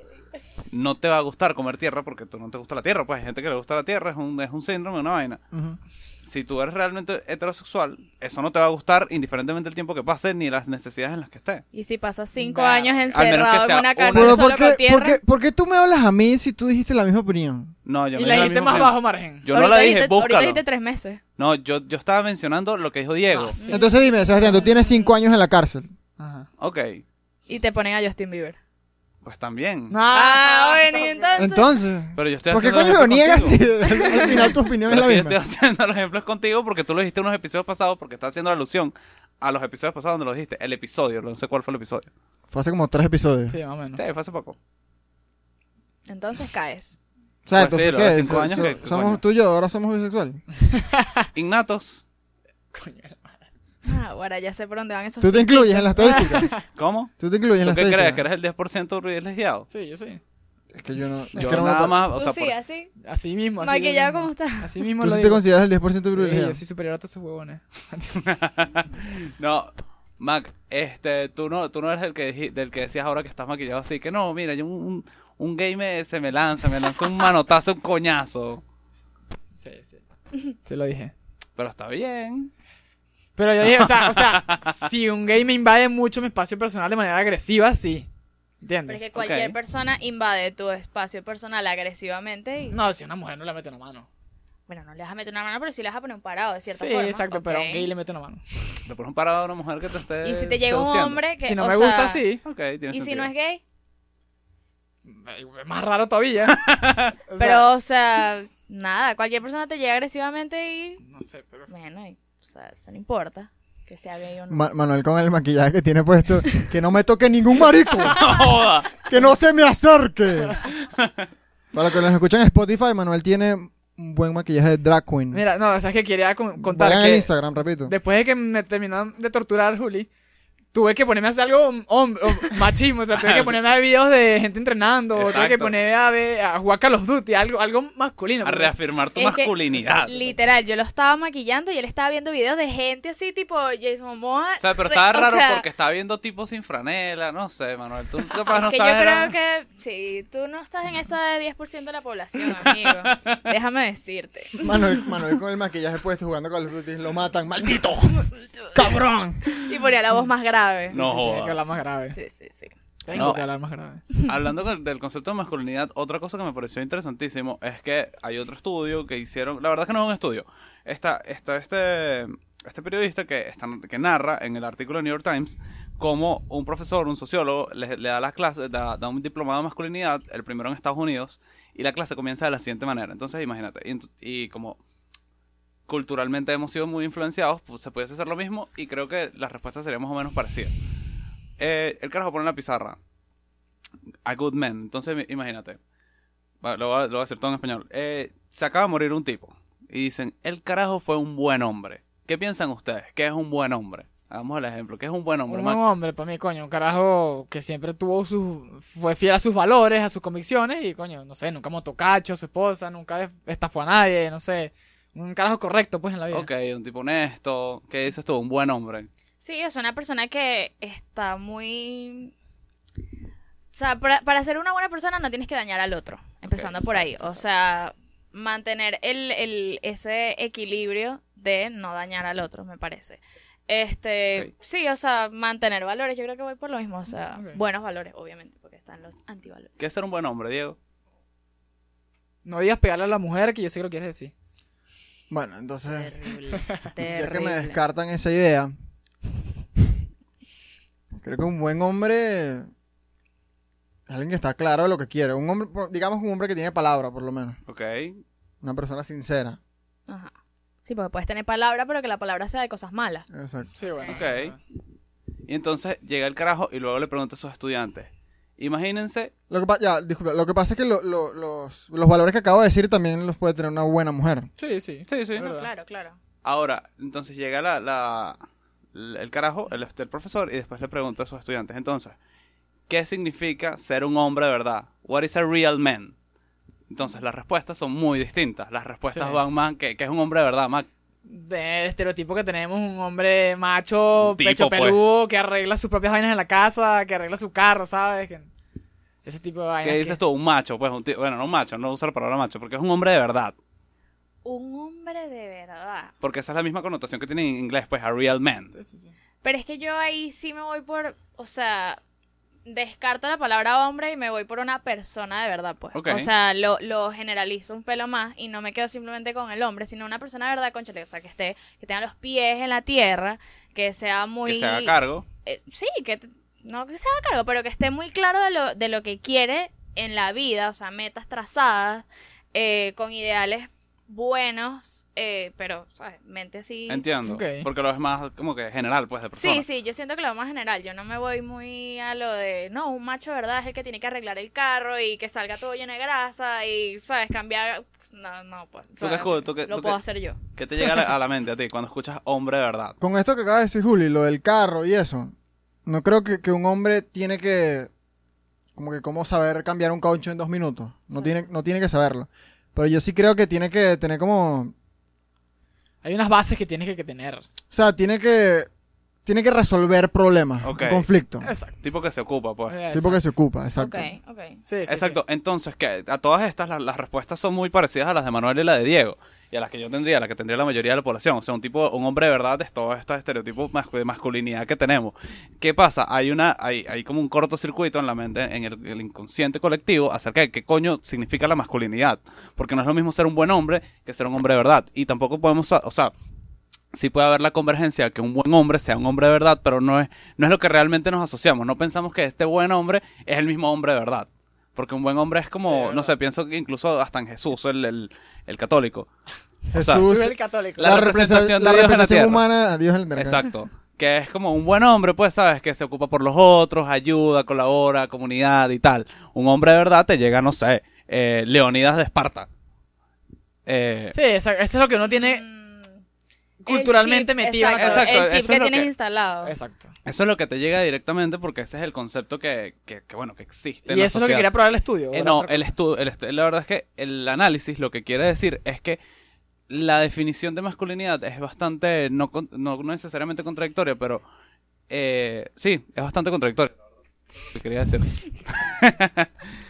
S4: no te va a gustar comer tierra porque tú no te gusta la tierra. Pues hay gente que le gusta la tierra, es un, es un síndrome, una vaina.
S1: Ujú.
S4: Si tú eres realmente heterosexual, eso no te va a gustar indiferentemente del tiempo que pase ni las necesidades en las que esté.
S3: Y si pasas cinco
S2: Nah.
S3: años
S4: menos que
S3: encerrado en
S4: sea
S3: una
S4: una-
S3: cárcel
S1: Pero
S3: solo
S4: Pero
S1: ¿por
S3: con
S1: qué, por,
S3: tierra.
S1: qué, por qué tú me hablas a mí si tú dijiste la misma opinión?
S4: No, yo
S2: Y
S4: no
S2: la
S4: dije lo
S2: dijiste
S4: mismo
S2: más
S4: que-
S2: bajo margen.
S4: Yo no la
S3: Ahorita
S4: dije,
S3: dijiste- ahorita
S4: búscalo.
S3: dijiste tres meses.
S4: No, yo, yo estaba mencionando lo que dijo Diego.
S2: Ah, sí.
S1: Entonces dime, Sebastián, tú tienes cinco años en la cárcel.
S2: Ajá.
S4: Ok,
S3: Y te ponen a Justin Bieber.
S4: pues también.
S3: Ah, bueno,
S2: pues.
S3: y entonces.
S1: Entonces,
S4: Pero yo estoy
S1: ¿por qué
S4: haciendo los
S1: coño lo
S4: ejemplos
S1: niegas
S4: contigo.
S1: si al final tu opinión es
S4: Pero
S1: la
S4: que yo
S1: misma?
S4: estoy haciendo los ejemplos contigo porque tú lo dijiste en unos episodios pasados porque está haciendo la alusión a los episodios pasados donde lo dijiste. El episodio, no sé cuál fue el episodio.
S1: Fue hace como tres episodios.
S2: Sí, más o menos.
S4: Sí, fue hace poco.
S3: Entonces caes.
S1: O sea,
S4: Pues sí,
S1: entonces,
S4: lo
S1: ¿qué?
S4: de cinco
S1: So-
S4: años
S1: so-
S4: que- que coño.
S1: somos tú y yo, ahora somos bisexuales.
S4: Innatos,
S3: Ah, ahora ya sé por dónde van esos.
S1: Tú te incluyes en la estadística.
S4: ¿cómo?
S1: Tú te incluyes en
S4: ¿Tú
S1: la
S4: qué
S1: estadística.
S4: crees? ¿Que eres el 10% privilegiado?
S2: Sí, yo sí.
S1: Es que yo no. es
S4: Yo
S1: que no me
S4: nada
S1: pare-
S4: más, o
S3: Tú
S4: sea,
S3: sí, eh.
S4: por-
S3: así.
S2: Así mismo. Así lo
S3: Maquillado como
S2: digo.
S3: está.
S2: Así mismo
S1: Tú
S2: lo
S1: sí te
S2: digo.
S1: consideras el 10%
S2: Sí,
S1: privilegiado.
S2: yo soy superior a todos esos huevones.
S4: No, Mac, este, tú no, tú no eres el que dij- del que decías ahora que estás maquillado así, que no, mira, yo un, un, un gay me- se me lanza, me lanza un manotazo, un coñazo.
S2: Sí, sí. Sí lo dije.
S4: Pero está bien.
S2: Pero yo dije, o sea, o sea, si un gay me invade mucho mi espacio personal de manera agresiva, sí.
S3: Pero es
S2: ¿Entiendes?
S3: que cualquier
S4: Ok.
S3: persona invade tu espacio personal agresivamente y.
S2: No, si una mujer no le mete una mano.
S3: Bueno, no le vas a meter una mano, pero sí le vas a poner un parado, de cierta
S2: sí,
S3: forma.
S2: exacto, pero a un
S3: Ok.
S2: gay le mete una mano.
S4: Le pones un parado a una mujer que te esté
S3: Y si te llega un
S4: seduciendo.
S3: hombre que.
S2: Si no
S3: o
S2: me
S3: sea,
S2: gusta, sí.
S4: Ok, tiene
S3: Y si
S4: sentido.
S3: no es gay.
S2: Es Más raro todavía. O sea,
S3: Pero, o sea, nada, cualquier persona te llega agresivamente y.
S2: No sé, pero...
S3: Bueno, y- o sea, eso no importa. Que sea gay o no.
S1: Ma- Manuel con el maquillaje que tiene puesto. Que no me toque ningún marico.
S4: No joda.
S1: que no se me acerque. Para los que nos escuchan en Spotify, Manuel tiene un buen maquillaje de drag queen.
S2: Mira, no, o sea, es que quería con- contar
S1: Vayan en
S2: que
S1: Instagram, repito.
S2: después de que me terminaron de torturar Juli, tuve que ponerme a hacer algo hombre, machismo, o sea, tuve que ponerme a ver videos de gente entrenando, o tuve que
S4: Exacto.
S2: ponerme a, ver, a jugar Call of Duty, algo, algo masculino.
S4: A
S2: porque-
S4: reafirmar tu
S3: Es que-
S4: masculinidad.
S3: Literal, yo lo estaba maquillando y él estaba viendo videos de gente así, tipo Jason Momoa.
S4: O sea, pero estaba
S3: Re- pues, o
S4: raro
S3: sea,
S4: porque estaba viendo tipos sin franela, no sé, Manuel. Tú capaz no
S3: Es que yo
S4: estabas. era-
S3: creo que sí, tú no estás en esa de 10% de la población, amigo. Déjame decirte.
S1: Manuel, Manuel con el maquillaje puesto jugando con los Duty lo matan. ¡Maldito! ¡Cabrón!
S3: Y ponía la voz más grave.
S2: Sí,
S4: No
S2: sí, tenía
S4: jodas.
S2: que hablar más grave.
S3: Sí, sí, sí.
S2: Tengo
S4: No.
S2: que hablar más grave.
S4: Hablando con- del concepto de masculinidad, otra cosa que me pareció interesantísimo es que hay otro estudio que hicieron. La verdad es que no es un estudio. Está, está este, este periodista que, está- que narra en el artículo de New York Times cómo un profesor, un sociólogo, le, le da las clases, da, da un diplomado de masculinidad, el primero en Estados Unidos, y la clase comienza de la siguiente manera. Entonces, imagínate, y, ent- y como culturalmente hemos sido muy influenciados, pues se pudiese hacer lo mismo y creo que las respuestas serían más o menos parecidas. Eh, el carajo pone en la pizarra a good man. Entonces, mi- imagínate. Va, Lo voy, a, lo voy a hacer todo en español. Eh, se acaba de morir un tipo. Y dicen, el carajo fue un buen hombre. ¿Qué piensan ustedes? ¿Qué es un buen hombre? Hagamos el ejemplo. ¿Qué es un buen hombre?
S2: Un
S4: Mac?
S2: buen hombre, para mí, coño, un carajo que siempre tuvo sus. fue fiel a sus valores, a sus convicciones y, coño, no sé, nunca montó cacho a su esposa, nunca es- estafó a nadie, no sé. Un carajo correcto, pues, en la vida.
S4: Ok, un tipo honesto. ¿Qué dices tú? Un buen hombre.
S3: Sí, es una persona que está muy... O sea, para, para ser una buena persona no tienes que dañar al otro, empezando por ahí.
S4: exacto,
S3: O sea, mantener el, el- ese equilibrio de no dañar al otro, me parece. Este,
S4: Ok.
S3: sí, o sea, mantener valores, yo creo que voy por lo mismo, o sea,
S2: Ok.
S3: buenos valores, obviamente, porque están los antivalores.
S4: ¿Qué es ser un buen hombre, Diego?
S2: No digas pegarle a la mujer, que yo sé que lo quieres decir.
S1: Bueno, entonces,
S3: Terrible,
S1: ya que me
S3: terrible.
S1: descartan esa idea, creo que un buen hombre es alguien que está claro de lo que quiere. Un hombre, por- digamos, un hombre que tiene palabra, por lo menos.
S4: Ok.
S1: Una persona sincera.
S3: Ajá. Sí, porque puedes tener palabra, pero que la palabra sea de cosas malas.
S1: Exacto.
S2: Sí, bueno.
S4: Ok. Y entonces llega el carajo y luego le pregunta a sus estudiantes. Imagínense.
S1: Lo que, pa- ya, disculpa, lo que pasa es que lo- lo- los, los valores que acabo de decir también los puede tener una buena mujer.
S2: Sí, sí.
S4: Sí, sí.
S2: ¿Verdad?
S3: Claro, claro.
S4: Ahora, entonces llega la, la- la- el carajo, el, este, el profesor, y después le pregunta a sus estudiantes. Entonces, ¿qué significa ser un hombre de verdad? What is a real man? Entonces, las respuestas son muy distintas. Las respuestas
S2: Sí.
S4: van más que, que es un hombre de verdad, más
S2: Del estereotipo que tenemos, un hombre macho,
S4: Un tipo,
S2: pecho
S4: pues.
S2: peludo, que arregla sus propias vainas en la casa, que arregla su carro, ¿sabes? Que- Ese tipo de vainas.
S4: ¿Qué dices tú? Un macho, pues, un tío- bueno, no un macho, no usar la palabra macho, porque es un hombre de verdad.
S3: Un hombre de verdad.
S4: Porque esa es la misma connotación que tiene en inglés, pues, a real man.
S2: Sí, sí, sí.
S3: Pero es que yo ahí sí me voy por, o sea, descarto la palabra hombre y me voy por una persona de verdad, pues.
S4: Ok.
S3: O sea, lo, lo generalizo un pelo más y no me quedo simplemente con el hombre, sino una persona de verdad, conchale, o sea, que esté, que tenga los pies en la tierra, que sea muy...
S4: Que se haga cargo.
S3: eh, sí, que t- no que se haga cargo, pero que esté muy claro de lo, de lo que quiere en la vida, o sea, metas trazadas, eh, con ideales buenos, eh, pero, ¿sabes? Mente así...
S4: Entiendo.
S2: Ok.
S4: Porque lo es más como que general, pues, de persona.
S3: Sí, sí, yo siento que lo más general. Yo no me voy muy a lo de, no, un macho, ¿verdad? Es el que tiene que arreglar el carro y que salga todo lleno de grasa y, ¿sabes? Cambiar. No, no, pues.
S4: ¿Tú qué escu- tú qué-
S3: lo
S4: tú
S3: puedo
S4: qué-
S3: hacer yo.
S4: ¿Qué te llega a la, a la mente a ti cuando escuchas hombre de verdad?
S1: Con esto que acaba de decir Juli, lo del carro y eso, no creo que, que un hombre tiene que, como que cómo saber cambiar un caucho en dos minutos. No,
S3: Sí.
S1: tiene, no tiene que saberlo. Pero yo sí creo que tiene que tener como,
S2: Hay unas bases que tienes que- que tener.
S1: o sea, tiene que, tiene que resolver problemas,
S4: Ok.
S1: conflictos.
S2: Exacto.
S4: Tipo que se ocupa, pues.
S1: Tipo que se ocupa, exacto.
S3: Ok, ok.
S2: Sí, sí, sí.
S4: Exacto. Entonces, que a todas estas la- las respuestas son muy parecidas a las de Manuel y la de Diego. Y a las que yo tendría, a las que tendría la mayoría de la población. O sea, un tipo, un hombre de verdad es todo este estereotipo mascu- de masculinidad que tenemos. ¿Qué pasa? Hay una, hay, hay como un cortocircuito en la mente, en el, el inconsciente colectivo, acerca de qué coño significa la masculinidad. Porque no es lo mismo ser un buen hombre que ser un hombre de verdad. Y tampoco podemos, o sea, sí puede haber la convergencia de que un buen hombre sea un hombre de verdad, pero no es, no es lo que realmente nos asociamos. No pensamos que este buen hombre es el mismo hombre de verdad. Porque un buen hombre es
S2: Sí, de
S4: como,
S2: verdad.
S4: no sé, pienso que incluso hasta en Jesús, el, el- el católico. O sea,
S1: Jesús,
S2: Sube el católico.
S4: La representación de Dios en la
S1: representación
S4: tierra.
S1: humana a Dios en el mercado.
S4: Exacto. Que es como un buen hombre, pues, sabes, que se ocupa por los otros, ayuda, colabora, comunidad y tal. Un hombre de verdad te llega, no sé, eh, Leonidas de Esparta. Eh,
S2: Sí, exacto. Eso es lo que uno tiene
S3: Mm,
S2: culturalmente
S3: el chip,
S2: metido en la
S3: Exacto,
S2: cabeza.
S4: Exacto,
S3: el
S4: eso
S3: chip
S4: es
S3: que
S4: lo
S3: tienes
S4: que-
S3: instalado.
S2: Exacto.
S4: eso es lo que te llega directamente porque ese es el concepto que, que- que, bueno, que existe. en
S2: Y
S4: la
S2: eso es lo que
S4: sociedad.
S2: quería probar el estudio.
S4: Eh,
S2: ¿verdad?
S4: no,
S2: Otra
S4: el
S2: cosa.
S4: estudio, la verdad es que el análisis lo que quiere decir es que la definición de masculinidad es bastante, no, con- no, no necesariamente contradictoria, pero eh, sí, es bastante contradictoria. Te quería decir.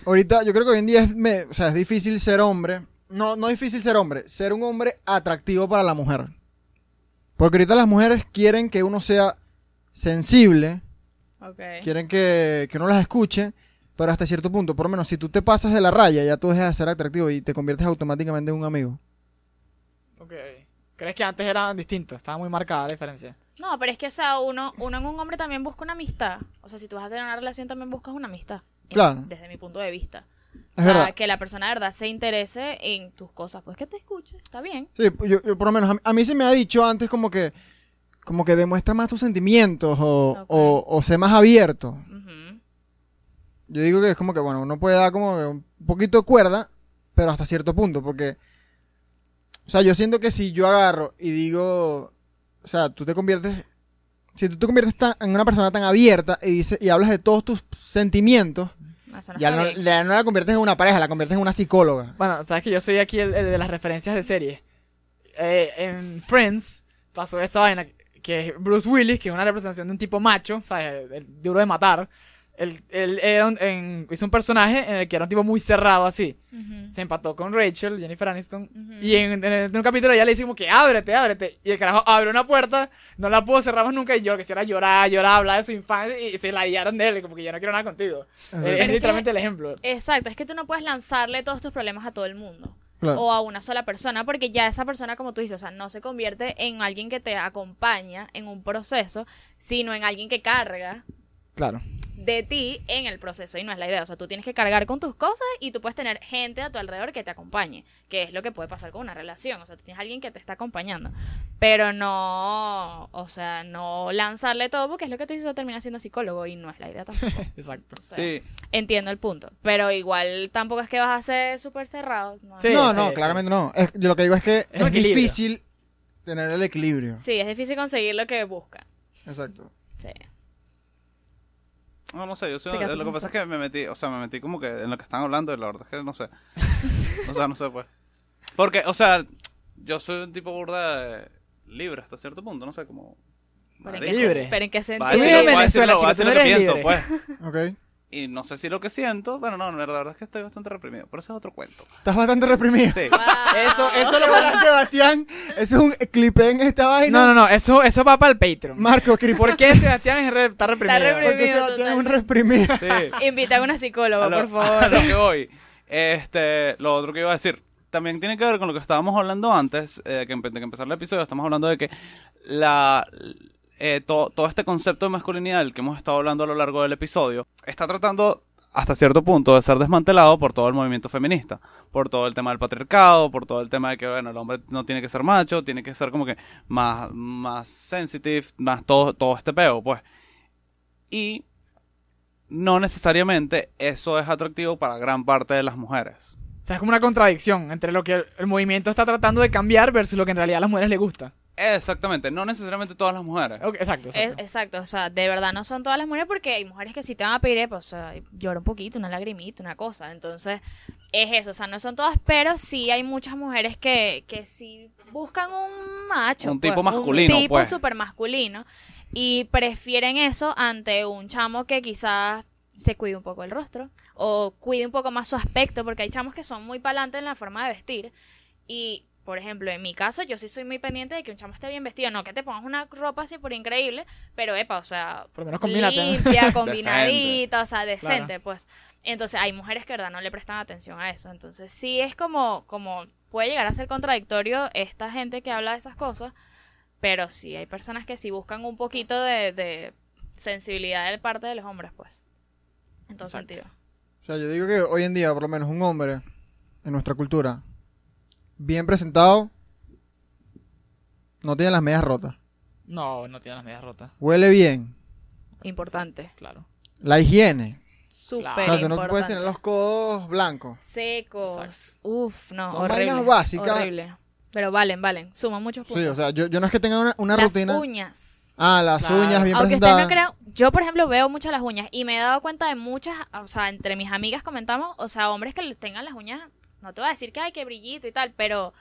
S1: Ahorita, yo creo que hoy en día es, me- o sea, es difícil ser hombre. No, no es difícil ser hombre, ser un hombre atractivo para la mujer. Porque ahorita las mujeres quieren que uno sea sensible,
S3: Ok.
S1: quieren que, que uno las escuche, pero hasta cierto punto, por lo menos si tú te pasas de la raya, ya tú dejas de ser atractivo y te conviertes automáticamente en un amigo.
S2: Ok. ¿Crees que antes eran distintos? Estaba muy marcada la diferencia.
S3: No, pero es que, o sea, uno, uno en un hombre también busca una amistad. O sea, si tú vas a tener una relación, también buscas una amistad. En-
S1: Claro.
S3: Desde mi punto de vista.
S1: Es
S3: o sea,
S1: verdad.
S3: que la persona de verdad se interese en tus cosas. Pues que te escuche, está bien.
S1: Sí, yo, yo por lo menos a mí, a mí se me ha dicho antes como que como que demuestra más tus sentimientos o,
S3: Ok.
S1: o, o sé más abierto.
S3: Ujú.
S1: Yo digo que es como que, bueno, uno puede dar como que un poquito de cuerda, pero hasta cierto punto, porque, o sea, yo siento que si yo agarro y digo, o sea, tú te conviertes, si tú te conviertes tan- en una persona tan abierta y, dice, y hablas de todos tus sentimientos,
S3: Eso no
S1: ya
S3: está
S1: no,
S3: bien.
S1: ya no la conviertes en una pareja, la conviertes en una psicóloga.
S2: Bueno, sabes que yo soy aquí el, el de las referencias de serie. Eh, en Friends pasó esa vaina que Bruce Willis, que es una representación de un tipo macho, ¿sabes? El, el duro de matar. Él, él era un- en- hizo un personaje en el que era un tipo muy cerrado así.
S3: Ujú.
S2: Se empató con Rachel, Jennifer Aniston.
S3: Ujú.
S2: Y en, en- en un capítulo ella le dice como que ábrete, ábrete. Y el carajo abre una puerta, no la pudo cerrar más nunca. Y yo lo que hiciera llorar, llorar, hablar de su infancia. Y se la guiaron de él, como que yo no quiero nada contigo. Eh,
S1: Exacto.
S2: es literalmente el ejemplo.
S3: Exacto, es que tú no puedes lanzarle todos tus problemas a todo el mundo
S1: Claro.
S3: o a una sola persona, porque ya esa persona, como tú dices, o sea, no se convierte en alguien que te acompaña en un proceso, sino en alguien que carga
S2: Claro.
S3: de ti en el proceso y no es la idea, o sea, tú tienes que cargar con tus cosas y tú puedes tener gente a tu alrededor que te acompañe, que es lo que puede pasar con una relación, o sea, tú tienes alguien que te está acompañando, pero no, o sea, no lanzarle todo porque es lo que tú dices, termina siendo psicólogo y no es la idea tampoco.
S2: Exacto.
S3: o sea.
S4: Sí,
S3: Entiendo el punto, pero igual tampoco es que vas a ser súper cerrado. ¿no?
S2: Sí.
S1: no, no,
S2: sí.
S1: claramente no. Es- yo lo que digo es que es,
S2: un equilibrio.
S1: difícil tener el equilibrio.
S3: Sí, es difícil conseguir lo que buscan.
S1: Exacto.
S3: Sí.
S4: no, no sé, yo soy,
S3: Te quedas
S4: lo que pasa es
S3: pensando.
S4: que me metí, o sea, me metí como que en lo que están hablando y la verdad es que no sé. O sea, no sé, pues. Porque, o sea, yo soy un tipo burda de- libre hasta cierto punto, no sé, como...
S3: Pero en,
S4: marico.
S3: qué,
S2: Libre.
S3: pero en qué sentido.
S4: Va a
S2: Tú
S4: decir
S2: vives
S4: lo-
S2: en
S4: va a decir
S2: Venezuela,
S4: lo- va a
S2: chico,
S4: decir
S2: tú
S4: lo que
S2: eres
S4: pienso,
S2: libre.
S4: pues.
S1: Ok.
S4: Y y no sé si lo que siento, bueno, no, la verdad es que estoy bastante reprimido, pero ese es otro cuento.
S1: Estás bastante reprimido.
S4: Sí.
S2: Eso, eso lo
S1: Hola, Sebastián. Eso es un clipe en esta vaina.
S2: No, no, no, eso, eso va para el Patreon.
S1: Marco, clipe.
S2: ¿Por qué Sebastián es re- está reprimido?
S3: Está reprimido.
S1: Porque Sebastián es un reprimido.
S4: Sí.
S3: Invita a una psicóloga,
S4: A lo-
S3: por
S4: a lo
S3: favor.
S4: que voy. Este, lo otro que iba a decir. También tiene que ver con lo que estábamos hablando antes, eh, que empe- de que empezar el episodio, estamos hablando de que la eh, to- todo este concepto de masculinidad del que hemos estado hablando a lo largo del episodio está tratando hasta cierto punto de ser desmantelado por todo el movimiento feminista, por todo el tema del patriarcado, por todo el tema de que bueno, el hombre no tiene que ser macho, tiene que ser como que más más sensitive, más todo todo este peo, pues. Y no necesariamente eso es atractivo para gran parte de las mujeres.
S2: O sea, es como una contradicción entre lo que el, el movimiento está tratando de cambiar versus lo que en realidad a las mujeres les gusta.
S4: Exactamente, no necesariamente todas las mujeres.
S2: Ok, exacto,
S3: Es-
S2: exacto.
S3: exacto, o sea, de verdad no son todas las mujeres porque hay mujeres que sí te van a pedir, eh, pues, o sea, llora un poquito, una lagrimita, una cosa. Entonces, es eso, o sea, no son todas, pero sí hay muchas mujeres que, que sí buscan un macho.
S4: Un
S3: pues,
S4: tipo masculino,
S3: Un tipo
S4: pues.
S3: súper masculino. Y prefieren eso ante un chamo que quizás se cuide un poco el rostro o cuide un poco más su aspecto, porque hay chamos que son muy palantes en la forma de vestir. Y, por ejemplo, en mi caso, yo sí soy muy pendiente de que un chamo esté bien vestido. No que te pongas una ropa así por increíble, pero epa, o sea,
S2: Por lo menos combínate. ¿no?
S3: limpia, combinadita, o sea, decente, pues. Entonces, hay mujeres que, de verdad, no le prestan atención a eso. Entonces, sí es como, como puede llegar a ser contradictorio esta gente que habla de esas cosas, pero sí hay personas que sí buscan un poquito de, de sensibilidad de parte de los hombres, pues. En todo
S4: Exacto.
S3: sentido.
S1: O sea, yo digo que hoy en día, por lo menos, un hombre en nuestra cultura, bien presentado, no tiene las medias rotas.
S2: No, no tiene las medias rotas.
S1: Huele bien.
S3: Importante.
S2: Claro.
S1: La higiene.
S3: Súper
S2: Claro.
S1: o sea, tú no puedes
S3: importante.
S1: tener los codos blancos.
S3: Secos. Uf, no,
S1: Son
S3: horrible.
S1: vainas básicas.
S3: Horrible. Pero valen, valen. Suman muchos puntos.
S1: Sí, o sea, yo, yo no es que tenga una, una
S3: Las
S1: rutina.
S3: uñas.
S1: Ah, las
S2: Claro.
S1: uñas bien
S3: Aunque ustedes
S1: presentadas.
S3: no crean, yo por ejemplo veo muchas las uñas y me he dado cuenta de muchas, o sea, entre mis amigas comentamos, o sea, hombres que les tengan las uñas, no te voy a decir que hay que brillito y tal, pero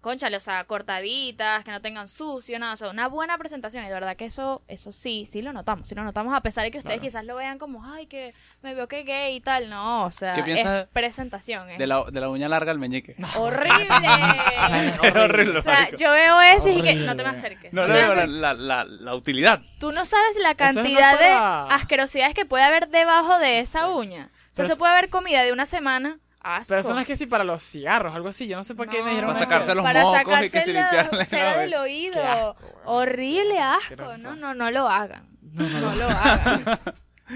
S3: conchale, o sea, cortaditas, que no tengan sucio, nada, o sea, una buena presentación y de verdad que eso, eso sí, sí lo notamos, sí lo notamos a pesar de que ustedes
S4: Claro.
S3: quizás lo vean como, ay, que me veo que gay y tal, no, o sea,
S4: ¿Qué piensas
S3: es presentación, ¿eh? es
S4: De la, de la uña larga al meñique.
S3: horrible. Ah,
S4: es horrible.
S3: O sea,
S4: marico.
S3: yo veo eso y dije,
S2: Horrible.
S3: no te me acerques.
S4: No
S3: Sí
S4: le
S3: me
S4: veo la,
S3: acerques.
S4: la, la- la utilidad.
S3: Tú no sabes la
S2: es no
S3: cantidad de
S2: para-
S3: asquerosidades que puede haber debajo de esa uña. O sea,
S2: Pero
S3: se
S2: es-
S3: puede haber comida de una semana. Asco.
S2: Personas que sí para los cigarros, algo así. Yo no sé por qué
S3: No.
S2: me dijeron.
S4: Para
S2: una-
S4: sacarse los
S3: Para
S4: mocos y
S3: sacarse
S4: que se
S3: la
S4: limpiaran la
S3: cera del
S4: nariz.
S2: Qué
S3: oído.
S2: asco, weón.
S3: Horrible
S2: Qué
S3: asco.
S2: risa.
S3: No, no, no lo hagan.
S2: No, no,
S3: No
S2: no.
S3: lo hagan.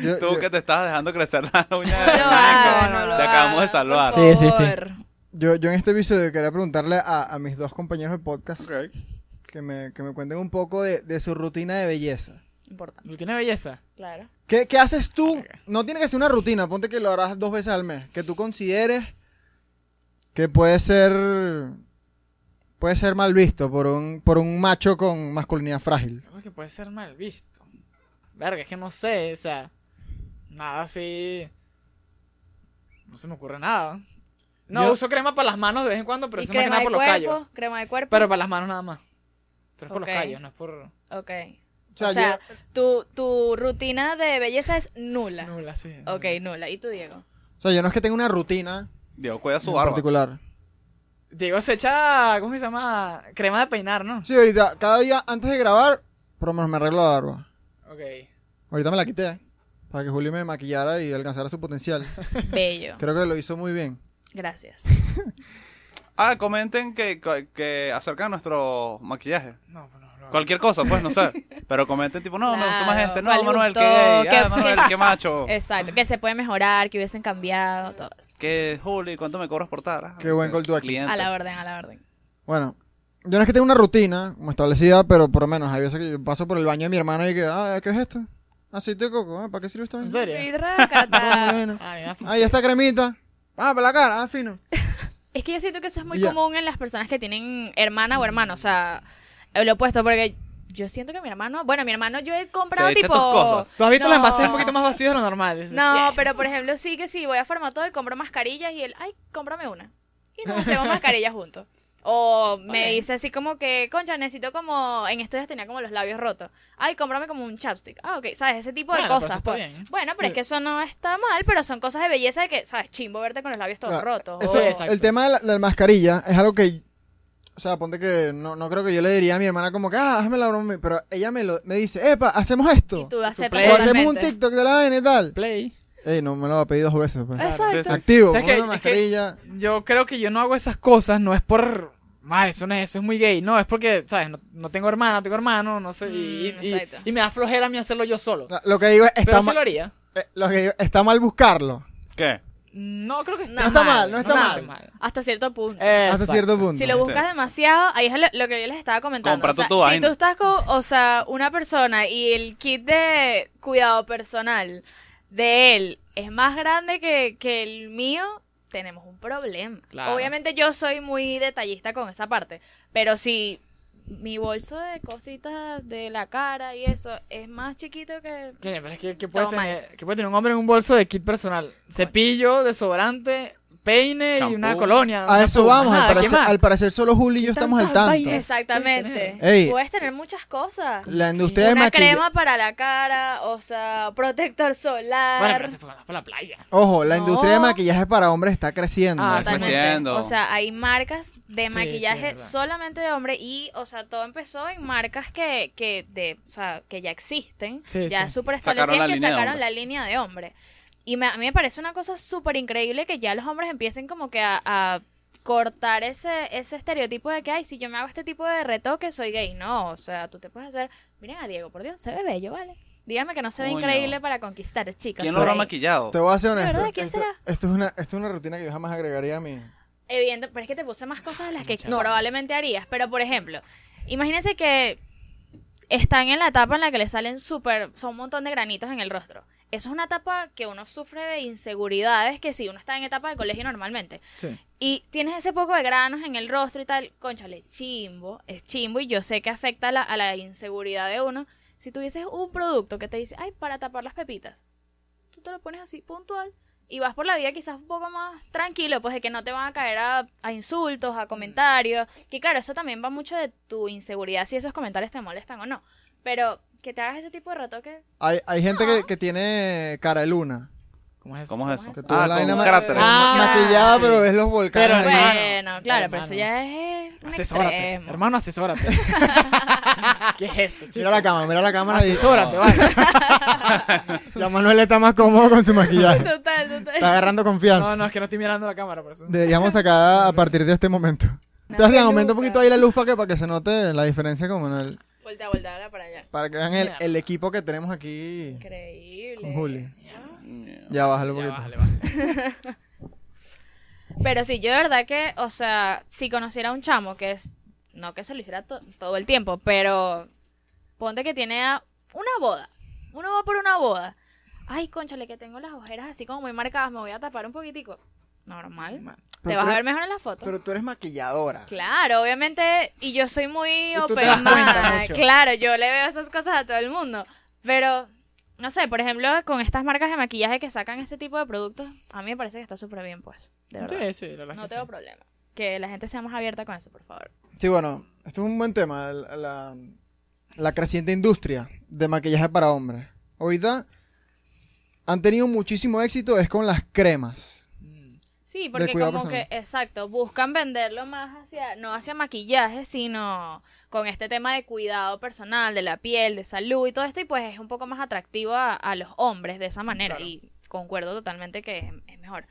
S1: Yo-
S4: Tú
S1: yo-
S4: que te estabas dejando crecer la uña
S3: No
S4: del
S3: lo
S4: meñique.
S3: hagan. No lo
S4: Te acabamos de
S3: hagan,
S4: salvar.
S3: por
S2: Sí, sí, sí.
S3: favor.
S1: Yo, yo en este episodio quería preguntarle a, a mis dos compañeros de podcast
S4: Ok.
S1: que, me, que me cuenten un poco de, de su rutina de belleza.
S3: Importante.
S2: Rutina de belleza.
S3: Claro.
S1: ¿Qué, qué haces tú? No tiene que ser una rutina, ponte que lo harás dos veces al mes. Que tú consideres que puede ser. puede ser mal visto por un, por un macho con masculinidad frágil.
S2: Algo que puede ser mal visto. Verga, es que no sé, o sea. Nada así. No se me ocurre nada. No,
S1: Yo-
S2: uso crema para las manos de vez en cuando, pero
S3: y
S2: eso es más que
S3: crema
S2: nada
S3: de
S2: por los callos.
S3: cuerpo. Crema de cuerpo.
S2: Pero para las manos nada más. Pero es por los
S3: Ok.
S2: callos, no es por.
S3: Ok.
S1: O
S3: O
S1: sea,
S3: sea,
S1: yo-
S3: tu, tu rutina de belleza es nula.
S2: Nula, sí.
S3: Ok, nula. ¿Y tú, Diego?
S1: o sea, yo no es que tenga una rutina
S4: Dios, cuida su
S1: en
S4: barba.
S1: particular.
S2: Diego se echa. ¿Cómo se llama? Crema de peinar, ¿no?
S1: Sí, ahorita, cada día antes de grabar, por lo menos me arreglo la barba.
S2: Ok.
S1: Ahorita me la quité ¿eh? para que Julio me maquillara y alcanzara su potencial.
S3: Bello.
S1: Creo que lo hizo muy bien.
S3: Gracias.
S4: Ah, comenten que, que acerca de nuestro maquillaje.
S2: No, pues no, no.
S4: Cualquier cosa, pues, no sé. Pero comenten, tipo, no, me gustó más
S3: Claro,
S4: este. No,
S3: ¿cuál
S4: Manuel,
S3: gustó?
S4: qué gay.
S3: ¿Qué-
S4: Ah, Manuel,
S3: qué-
S4: qué macho.
S3: Exacto, que se puede mejorar, que hubiesen cambiado, todo eso.
S4: Que, Juli, ¿cuánto me cobras por tal? Ah,
S1: Qué buen
S4: sí,
S1: call to action.
S4: cliente.
S3: A la orden, a la orden.
S1: Bueno, yo no es que tenga una rutina como establecida, pero por lo menos hay veces que yo paso por el baño de mi hermana y que, ah, ¿qué es esto? Aceite de coco, ah, ¿para qué sirve esto?
S2: ¿En serio?
S1: Ah,
S3: Hidrácata.
S1: bueno.
S2: Ah, me da f-
S1: Ahí está cremita. Ah, para la cara, ah, fino.
S3: es que yo siento que eso es muy
S1: Ya.
S3: común en las personas que tienen hermana o hermano, o sea, lo opuesto, porque yo siento que mi hermano, bueno, mi hermano yo he comprado
S4: Se echa
S3: tipo...
S4: tus cosas.
S2: Tú has visto
S3: No.
S2: los envases un poquito más vacíos de lo normal. dices,
S3: No,
S2: sí.
S3: pero por ejemplo, sí que sí, voy a Farmatodo y compro mascarillas y él, ay, cómprame una. Y nos hacemos mascarillas juntos. O me
S5: Ok.
S3: dice así como que, concha, necesito como, en estos días tenía como los labios rotos. Ay, cómprame como un chapstick. Ah, ok, ¿sabes? Ese tipo de
S2: Claro, pero
S3: cosas.
S2: eso está
S3: pues.
S2: bien.
S3: Bueno, pero es que eso no está mal, pero son cosas de belleza de que, ¿sabes? Chimbo verte con los labios todos
S1: Claro,
S3: rotos.
S1: Eso,
S3: o-
S2: Sí, exacto.
S1: el tema de la, de la mascarilla es algo que. O sea, ponte que no, no creo que yo le diría a mi hermana como que, ah, hazme la broma. Pero ella me, lo, me dice, epa, hacemos esto.
S3: Y tú aceptas
S2: play.
S1: O hacemos un
S3: totalmente.
S1: TikTok de la vaina y tal.
S2: Play.
S1: Ey, no me lo va a pedir dos veces. pues.
S3: Exacto.
S4: Sí, sí.
S1: Activo,
S2: ¿Sabes
S1: pongo
S2: qué?
S1: una
S2: Es que-
S1: mascarilla.
S2: Yo creo que yo no hago esas cosas, no es por. Más, eso no es, eso es muy gay. No, es porque, ¿sabes? No, no tengo hermana, tengo hermano, no sé. Y,
S3: Mm,
S2: y- y-
S3: exacto.
S2: y me da flojera a mí hacerlo yo solo.
S1: Lo que digo es,
S2: Pero
S1: está,
S2: sí
S1: mal,
S2: lo haría.
S1: eh, lo que digo, está mal buscarlo.
S4: ¿Qué?
S2: No creo que
S3: No
S1: está mal, no está mal.
S3: Hasta cierto punto.
S1: Hasta cierto punto.
S3: Si lo buscas
S4: Sí.
S3: demasiado, ahí es lo, lo que yo les estaba comentando.
S4: Compra
S3: O sea,
S4: tú tu
S3: si
S4: vaina.
S3: tú estás con, o sea, una persona y el kit de cuidado personal de él es más grande que, que el mío, tenemos un problema.
S2: Claro.
S3: Obviamente yo soy muy detallista con esa parte, pero si mi bolso de cositas de la cara y eso es más chiquito que...
S2: Coño, pero es que, que puede
S3: Todo mal.
S2: tener, que puede tener un hombre en un bolso de kit personal. Cepillo, desodorante, peine y
S4: Shampoo.
S2: una colonia.
S1: A
S2: una
S1: eso
S2: pluma,
S1: vamos, al
S2: nada, Ah, ¿qué
S1: parecer,
S2: más?
S1: al parecer solo Juli y yo
S2: ¿Qué
S1: estamos al
S2: tantas
S1: tanto.
S2: vainas?
S3: Exactamente.
S1: Ey.
S3: Puedes tener muchas cosas.
S1: La industria de
S3: Una
S1: maquillaje.
S3: crema para la cara, o sea, protector solar.
S2: Bueno, pero se fue para la playa.
S1: Ojo, la
S3: No.
S1: industria de maquillaje para hombres está creciendo.
S2: Ah,
S1: Eso-
S4: Totalmente.
S3: Totalmente.
S4: creciendo.
S3: O sea, hay marcas de
S2: Sí, sí, es
S3: maquillaje
S2: verdad.
S3: solamente de hombre y, o sea, todo empezó en marcas que, que, de, o sea, que ya existen,
S2: Sí,
S3: ya
S2: sí.
S3: súper
S4: Sacaron
S3: establecidas
S4: la
S3: que
S4: línea de
S3: sacaron
S4: hombre.
S3: la línea de hombre. Y me- a mí me parece una cosa súper increíble que ya los hombres empiecen como que a, a cortar ese, ese estereotipo de que, ay, si yo me hago este tipo de retoque, soy gay. No, o sea, tú te puedes hacer, miren a Diego, por Dios, se ve bello, ¿vale? Dígame que no se ve
S4: Coño.
S3: increíble para conquistar, chicas.
S4: ¿Quién lo
S3: por
S4: habrá
S3: ahí.
S4: maquillado?
S1: Te voy a ser
S3: ¿De
S1: honesto.
S3: verdad? ¿Quién
S1: esto,
S3: será?
S1: esto es una, esto es una rutina que yo jamás agregaría a mi...
S3: Evidente, pero es que te puse más cosas de las que
S2: Muchas.
S3: probablemente harías. Pero, por ejemplo, imagínense que están en la etapa en la que le salen súper, son un montón de granitos en el rostro. Eso es una etapa que uno sufre de inseguridades que si uno está en etapa de colegio normalmente.
S1: Sí.
S3: Y tienes ese poco de granos en el rostro y tal, conchale, chimbo, es chimbo y yo sé que afecta a la, a la inseguridad de uno. Si tuvieses un producto que te dice, ay, para tapar las pepitas, tú te lo pones así puntual y vas por la vida quizás un poco más tranquilo, pues de que no te van a caer a, a insultos, a comentarios. Que claro, eso también va mucho de tu inseguridad, si esos comentarios te molestan o no. Pero que te hagas ese tipo de retoque.
S1: Hay, hay gente
S2: Ah.
S1: que, que tiene cara de luna.
S2: ¿Cómo es eso?
S4: ¿Cómo es eso?
S3: ¿Cómo es eso?
S1: Ah, la
S4: Ah, con
S1: vaina
S4: un
S1: ma-
S4: cráter.
S2: Ah,
S1: Maquillada,
S2: sí.
S1: pero ves los volcanes.
S2: Pero,
S1: ahí.
S2: hermano,
S3: bueno, claro, pero
S2: hermano.
S3: eso ya es un
S2: Asesórate.
S3: extremo.
S2: Hermano, asesórate. ¿Qué es eso, chico?
S1: Mira la cámara, mira la cámara. y-
S2: Asesórate, vale.
S1: Ya Manuel está más cómodo con su maquillaje.
S3: Total, total.
S1: Está agarrando confianza.
S2: No, no, es que no estoy mirando la cámara, por eso.
S1: Deberíamos sacar a partir de este momento.
S3: Una
S1: Sebastián,
S3: peluca.
S1: aumenta un poquito ahí la luz para que, para que se note la diferencia como en el...
S3: Vuelta, vuelta, ahora para allá.
S1: Para que vean el, el equipo que tenemos aquí
S3: Increíble.
S1: con Juli.
S4: Yeah.
S1: Ya bájalo un
S2: Ya,
S1: poquito.
S2: bájale, bájale.
S3: Pero sí, yo de verdad que, o sea, si conociera a un chamo, que es, no que se lo hiciera to- todo el tiempo, pero ponte que tiene a- una boda. Uno va por una boda. Ay, conchale, que tengo las ojeras así como muy marcadas, me voy a tapar un poquitico. Normal.
S1: Pero
S3: te vas
S1: tú
S3: a
S1: eres-
S3: ver mejor en la foto.
S1: Pero tú eres maquilladora.
S3: Claro, obviamente, y yo soy muy
S1: tú te
S3: open
S1: das cuenta
S3: mind.
S1: mucho.
S3: Claro, yo le veo esas cosas a todo el mundo. Pero, no sé, por ejemplo, con estas marcas de maquillaje que sacan este tipo de productos, a mí me parece que está súper bien, pues. De verdad.
S2: Sí, sí, la verdad.
S3: No
S2: es que
S3: tengo
S2: sí.
S3: problema. Que la gente sea más abierta con eso, por favor.
S1: Sí, bueno, esto es un buen tema, la, la- la creciente industria de maquillaje para hombres. Ahorita han tenido muchísimo éxito, es con las cremas.
S2: Mm.
S3: Sí, porque
S1: cuidado
S3: como
S1: personal.
S3: que, exacto, buscan venderlo más hacia, no hacia maquillaje, sino con este tema de cuidado personal, de la piel, de salud y todo esto, y pues es un poco más atractivo a, a los hombres de esa manera,
S2: Claro.
S3: y concuerdo totalmente que es, es mejor.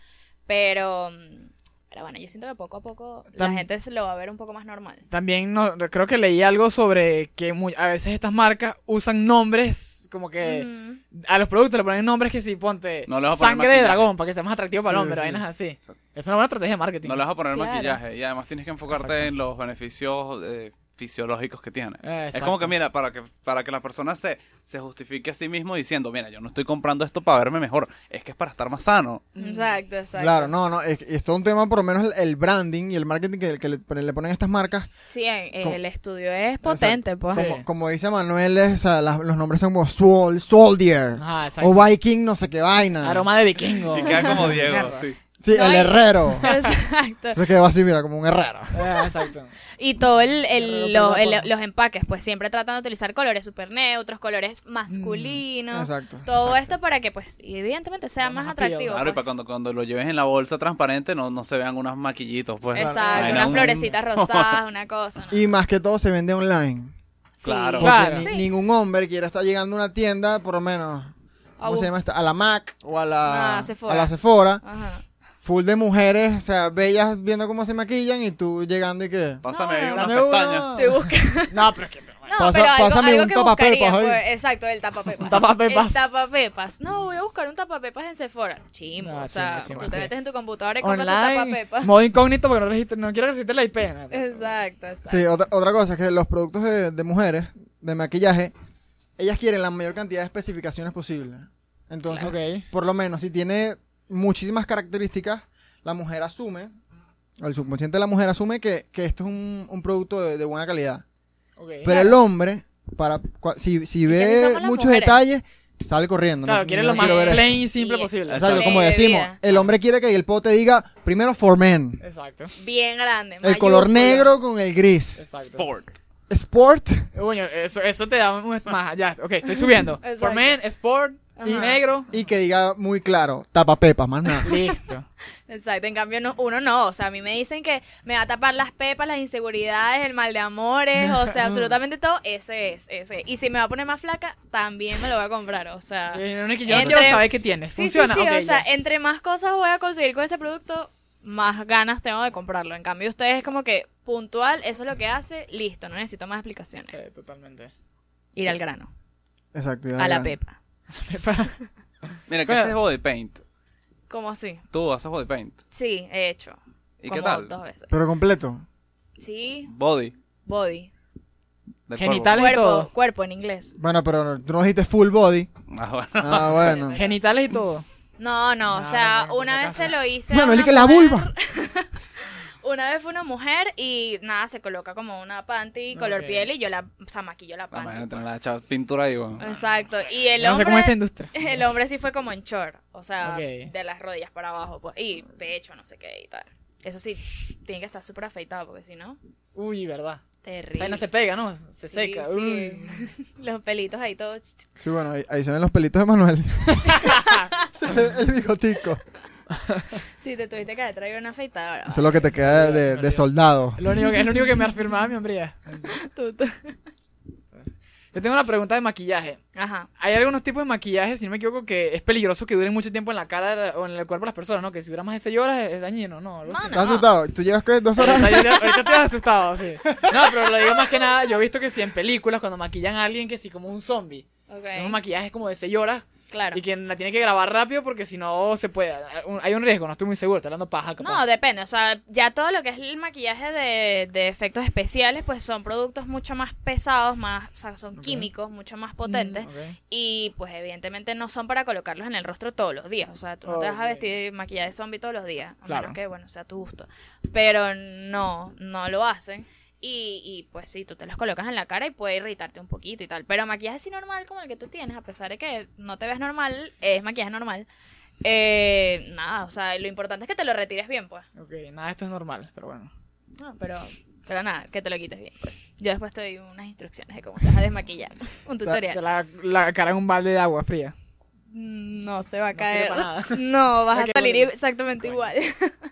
S3: Pero, mm, pero bueno, yo siento que poco a poco la
S2: Tam-
S3: gente se lo va a ver un poco más normal.
S2: También no, creo que leí algo sobre que mu- a veces estas marcas usan nombres como
S1: Eh,
S2: que...
S3: Ujú.
S1: mm.
S2: A los productos le ponen nombres que si ponte
S4: No le vas a poner
S2: sangre de
S4: maquillaje.
S2: dragón para que sea más atractivo para el
S1: Sí,
S2: hombre,
S1: sí.
S2: vainas así. Es una buena estrategia de marketing.
S4: No le vas a poner
S3: Claro.
S4: maquillaje y además tienes que enfocarte
S2: Exacto.
S4: en los beneficios eh, fisiológicos que tiene. Es
S2: Exacto.
S4: como que, mira, para que, para que la persona se, se justifique a sí mismo diciendo, mira, yo no estoy comprando esto para verme mejor, es que es para estar más sano.
S3: Exacto, exacto.
S1: Claro, no, no, es, es todo un tema, por lo menos el, el branding y el marketing que, que le, le ponen a estas marcas.
S3: Sí, en- en
S1: Como-
S3: el estudio es potente, pues.
S1: Como, como dice Manuel, es, o sea, las- los nombres son como Swol, Soldier
S3: Ah, Oh,
S2: Ajá, exacto.
S1: o Viking, no sé qué vaina.
S2: Aroma de vikingo.
S4: Y queda como Diego. sí.
S1: Sí,
S3: No,
S1: el
S3: y-
S1: herrero.
S3: Exacto.
S1: Eso quedó así, mira, como un herrero.
S2: Ah, exacto.
S3: Y todo el, el-
S2: Pero
S3: lo-
S2: por
S3: el-
S2: favor.
S3: los empaques, pues siempre tratan de utilizar colores super neutros, colores masculinos.
S1: Mm, Exacto.
S3: Todo
S2: exacto.
S3: esto para que, pues, evidentemente sea
S2: Sea
S3: más
S2: más atractivo,
S3: atractivo.
S4: Claro, y para
S3: pues.
S4: cuando, cuando lo lleves en la bolsa transparente no, no se vean unos maquillitos, pues.
S3: Exacto,
S4: Vaina,
S3: unas
S4: un-
S3: florecitas rosadas, una cosa. ¿no?
S1: Y más que todo se vende online.
S3: Sí.
S4: claro.
S1: Porque
S2: Claro.
S1: ni-
S3: Sí.
S1: ningún hombre quiere estar llegando a una tienda, por lo menos,
S3: A
S1: ¿cómo
S3: bu-
S1: se llama esta? A la Mac o a la,
S3: Ah, Sephora.
S1: A la Sephora.
S3: Ajá.
S1: Full de mujeres, o sea, bellas viendo cómo se maquillan y tú llegando y que...
S4: Pásame ahí
S3: No,
S4: unas
S1: dame uno.
S4: pestañas.
S3: Te busca-
S2: No, pero es que.
S3: No,
S1: Pasa-
S3: pero algo,
S1: pásame
S3: algo
S1: un
S3: que
S1: tapapepas
S3: buscaría,
S1: ahí.
S3: pues, exacto, el tapapepas.
S2: Un tapapepas.
S3: El tapapepas. No, voy a buscar un tapapepas en Sephora. Chimo,
S2: No,
S3: o sea,
S2: chimbo, chimbo,
S3: tú te
S2: sí.
S3: metes en tu computadora y compras tu
S2: Online.
S3: tapapepas.
S2: Modo incógnito porque no, registra- no quiero que se te la IP. ¿no?
S3: Exacto, exacto.
S1: Sí, otra, otra cosa es que los productos de, de mujeres, de maquillaje, ellas quieren la mayor cantidad de especificaciones posible. Entonces,
S2: Ok.
S1: por lo menos, si tiene muchísimas características, la mujer asume, o el subconsciente de la mujer asume que, que esto es un, un producto de, de buena calidad.
S2: ok.
S1: Pero el hombre, para cua- si, si
S3: así
S1: ve
S3: somos las
S1: muchos
S3: mujeres.
S1: detalles, sale corriendo.
S2: claro,
S1: no,
S2: quieres
S1: no
S2: lo más
S1: quiero ver esto.
S2: plain y simple
S3: Y-
S2: posible.
S1: Exacto,
S3: Sí,
S1: como
S3: de
S1: decimos,
S3: vida.
S1: el hombre quiere que el pote diga, primero for men,
S2: Exacto.
S3: Bien grande.
S1: el color
S3: mayúsculo.
S1: negro con el gris,
S2: Exacto.
S4: Sport.
S1: sport
S2: Bueno, eso, eso te da un- más. Ya, ok, estoy subiendo.
S3: Exacto.
S2: For men, sport,
S3: Ajá.
S2: y negro.
S1: y que diga muy claro, tapa pepas, más nada.
S2: Listo.
S3: Exacto, en cambio no- uno no, o sea, a mí me dicen que me va a tapar las pepas, las inseguridades, el mal de amores, o sea, absolutamente todo, ese es, ese. Y si me va a poner más flaca, también me lo voy a comprar, o sea.
S2: Eh, no es que yo no
S3: Entre-
S2: quiero saber qué tienes.
S3: Sí,
S2: Funciona.
S3: sí, sí,
S2: Ok,
S3: o sea,
S2: ya.
S3: entre más cosas voy a conseguir con ese producto, más ganas tengo de comprarlo. En cambio, ustedes es como que puntual, eso es lo que hace, listo, no necesito más explicaciones.
S2: Sí, totalmente.
S3: Ir al grano,
S1: Exacto. ya,
S3: a la
S1: ya.
S3: pepa.
S4: Mira, ¿qué
S2: Bueno.
S4: haces body paint?
S3: ¿Cómo así?
S4: Tú haces body paint.
S3: Sí, he hecho.
S4: ¿Y
S3: como
S4: qué tal?
S3: Dos veces.
S1: Pero completo.
S3: Sí,
S4: Body.
S3: body.
S4: del
S2: Genital. Dale
S3: cuerpo,
S2: todo.
S3: cuerpo en inglés.
S1: Bueno, pero tú no dijiste full body.
S4: cuerpo. Ah, bueno.
S1: Ah, bueno.
S2: Genitales y todo.
S3: No, no, o
S2: No,
S3: sea,
S2: no, no,
S3: una
S2: por
S3: vez
S2: si
S3: se
S2: acaso.
S3: lo hice. a
S1: Bueno,
S3: una
S1: el que la
S3: mujer-
S1: vulva.
S3: Una vez fue una mujer y nada, se coloca como una panty color
S2: Ok.
S3: piel y yo la, o sea, maquillo la
S4: Ah, imagínate,
S3: panty.
S4: tener la chava pintura ahí, weón.
S3: Exacto. Y el
S2: Yo no sé
S3: hombre,
S2: cómo es esa industria.
S3: el hombre sí fue como en short, o sea,
S2: Ok.
S3: de las rodillas para abajo, pues, y pecho, no sé qué y tal. Eso sí, tiene que estar súper afeitado porque si no,
S2: Uy, verdad. O
S3: terrible.
S2: sea, no se pega, ¿no? Se
S3: Sí,
S2: seca.
S3: sí.
S2: Uy.
S3: Los pelitos ahí todos.
S1: Sí, bueno, ahí, ahí se ven los pelitos de Manuel. Se ve el bigotico.
S3: Sí, te tuviste que haber traído una afeitadora.
S1: Eso es lo que te queda
S2: olvidó, se
S1: de,
S2: me
S1: de
S2: olvidó.
S1: soldado.
S2: Es lo único que, es lo único que me afirmaba mi hombría.
S3: Tú- tú-
S2: Yo tengo una pregunta de maquillaje.
S3: Ajá.
S2: Hay algunos tipos de maquillaje, si no me equivoco, que es peligroso que duren mucho tiempo en la cara de la- o en el cuerpo de las personas, ¿no? Que si dura más de 6 horas es, es dañino, ¿no? Algo así.
S3: Mano.
S1: ¿Estás asustado? ¿Tú llevas qué? ¿Dos horas?
S2: Ahorita, yo te- ahorita te has asustado, sí. No, pero lo digo más que nada, yo he visto que si en películas, cuando maquillan a alguien, que si como un zombie,
S3: Ok.
S2: son maquillajes como de 6 horas,
S3: Claro.
S2: y quien la tiene que grabar rápido porque si no se puede. Hay un riesgo, no estoy muy seguro, estoy hablando paja. capaz.
S3: No, depende. O sea, ya todo lo que es el maquillaje de, de efectos especiales, pues son productos mucho más pesados, más, o sea, son químicos, mucho más potentes.
S2: Ok.
S3: Y pues evidentemente no son para colocarlos en el rostro todos los días. O sea, tú no te vas a
S2: Ok.
S3: vestir de maquillaje zombie todos los días. A
S2: Claro.
S3: menos que, bueno, sea tu gusto. Pero no, no lo hacen. Y, y, pues sí, tú te los colocas en la cara y puede irritarte un poquito y tal. Pero maquillaje así normal como el que tú tienes, a pesar de que no te ves normal, es maquillaje normal. Eh, nada, o sea, lo importante es que te lo retires bien, pues.
S2: Ok, nada, esto es normal, pero bueno.
S3: No, pero, pero nada, que te lo quites bien, pues. Yo después te doy unas instrucciones de cómo se vas a desmaquillar. Un
S2: Te
S3: tutorial.
S2: La, la cara en un balde de agua fría.
S3: No se va
S2: No
S3: a
S2: sirve
S3: caer.
S2: para nada.
S3: No, vas
S2: Ok,
S3: a salir
S2: bueno.
S3: exactamente
S2: Coño.
S3: igual.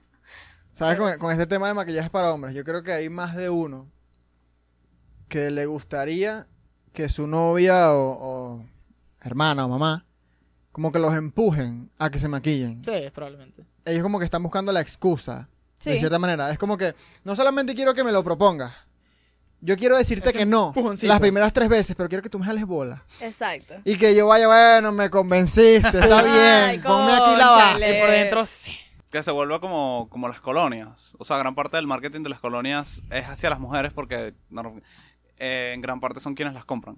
S1: ¿Sabes? Con, con este tema de maquillaje para hombres, yo creo que hay más de uno que le gustaría que su novia o, o hermana o mamá como que los empujen a que se maquillen.
S2: Sí, probablemente.
S1: Ellos como que están buscando la excusa. De cierta manera. Es como que no solamente quiero que me lo propongas. Yo quiero decirte
S2: Ese
S1: que no
S2: empujoncito.
S1: las primeras tres veces, pero quiero que tú me jales bola.
S3: Exacto.
S1: Y que yo vaya, bueno, me convenciste, está
S3: Ay,
S1: bien, ponme aquí la
S3: cónchale.
S1: base.
S2: Sí, por dentro sí.
S4: Que se vuelva como, como las colonias. O sea, gran parte del marketing de las colonias es hacia las mujeres porque no- eh, en gran parte son quienes las compran.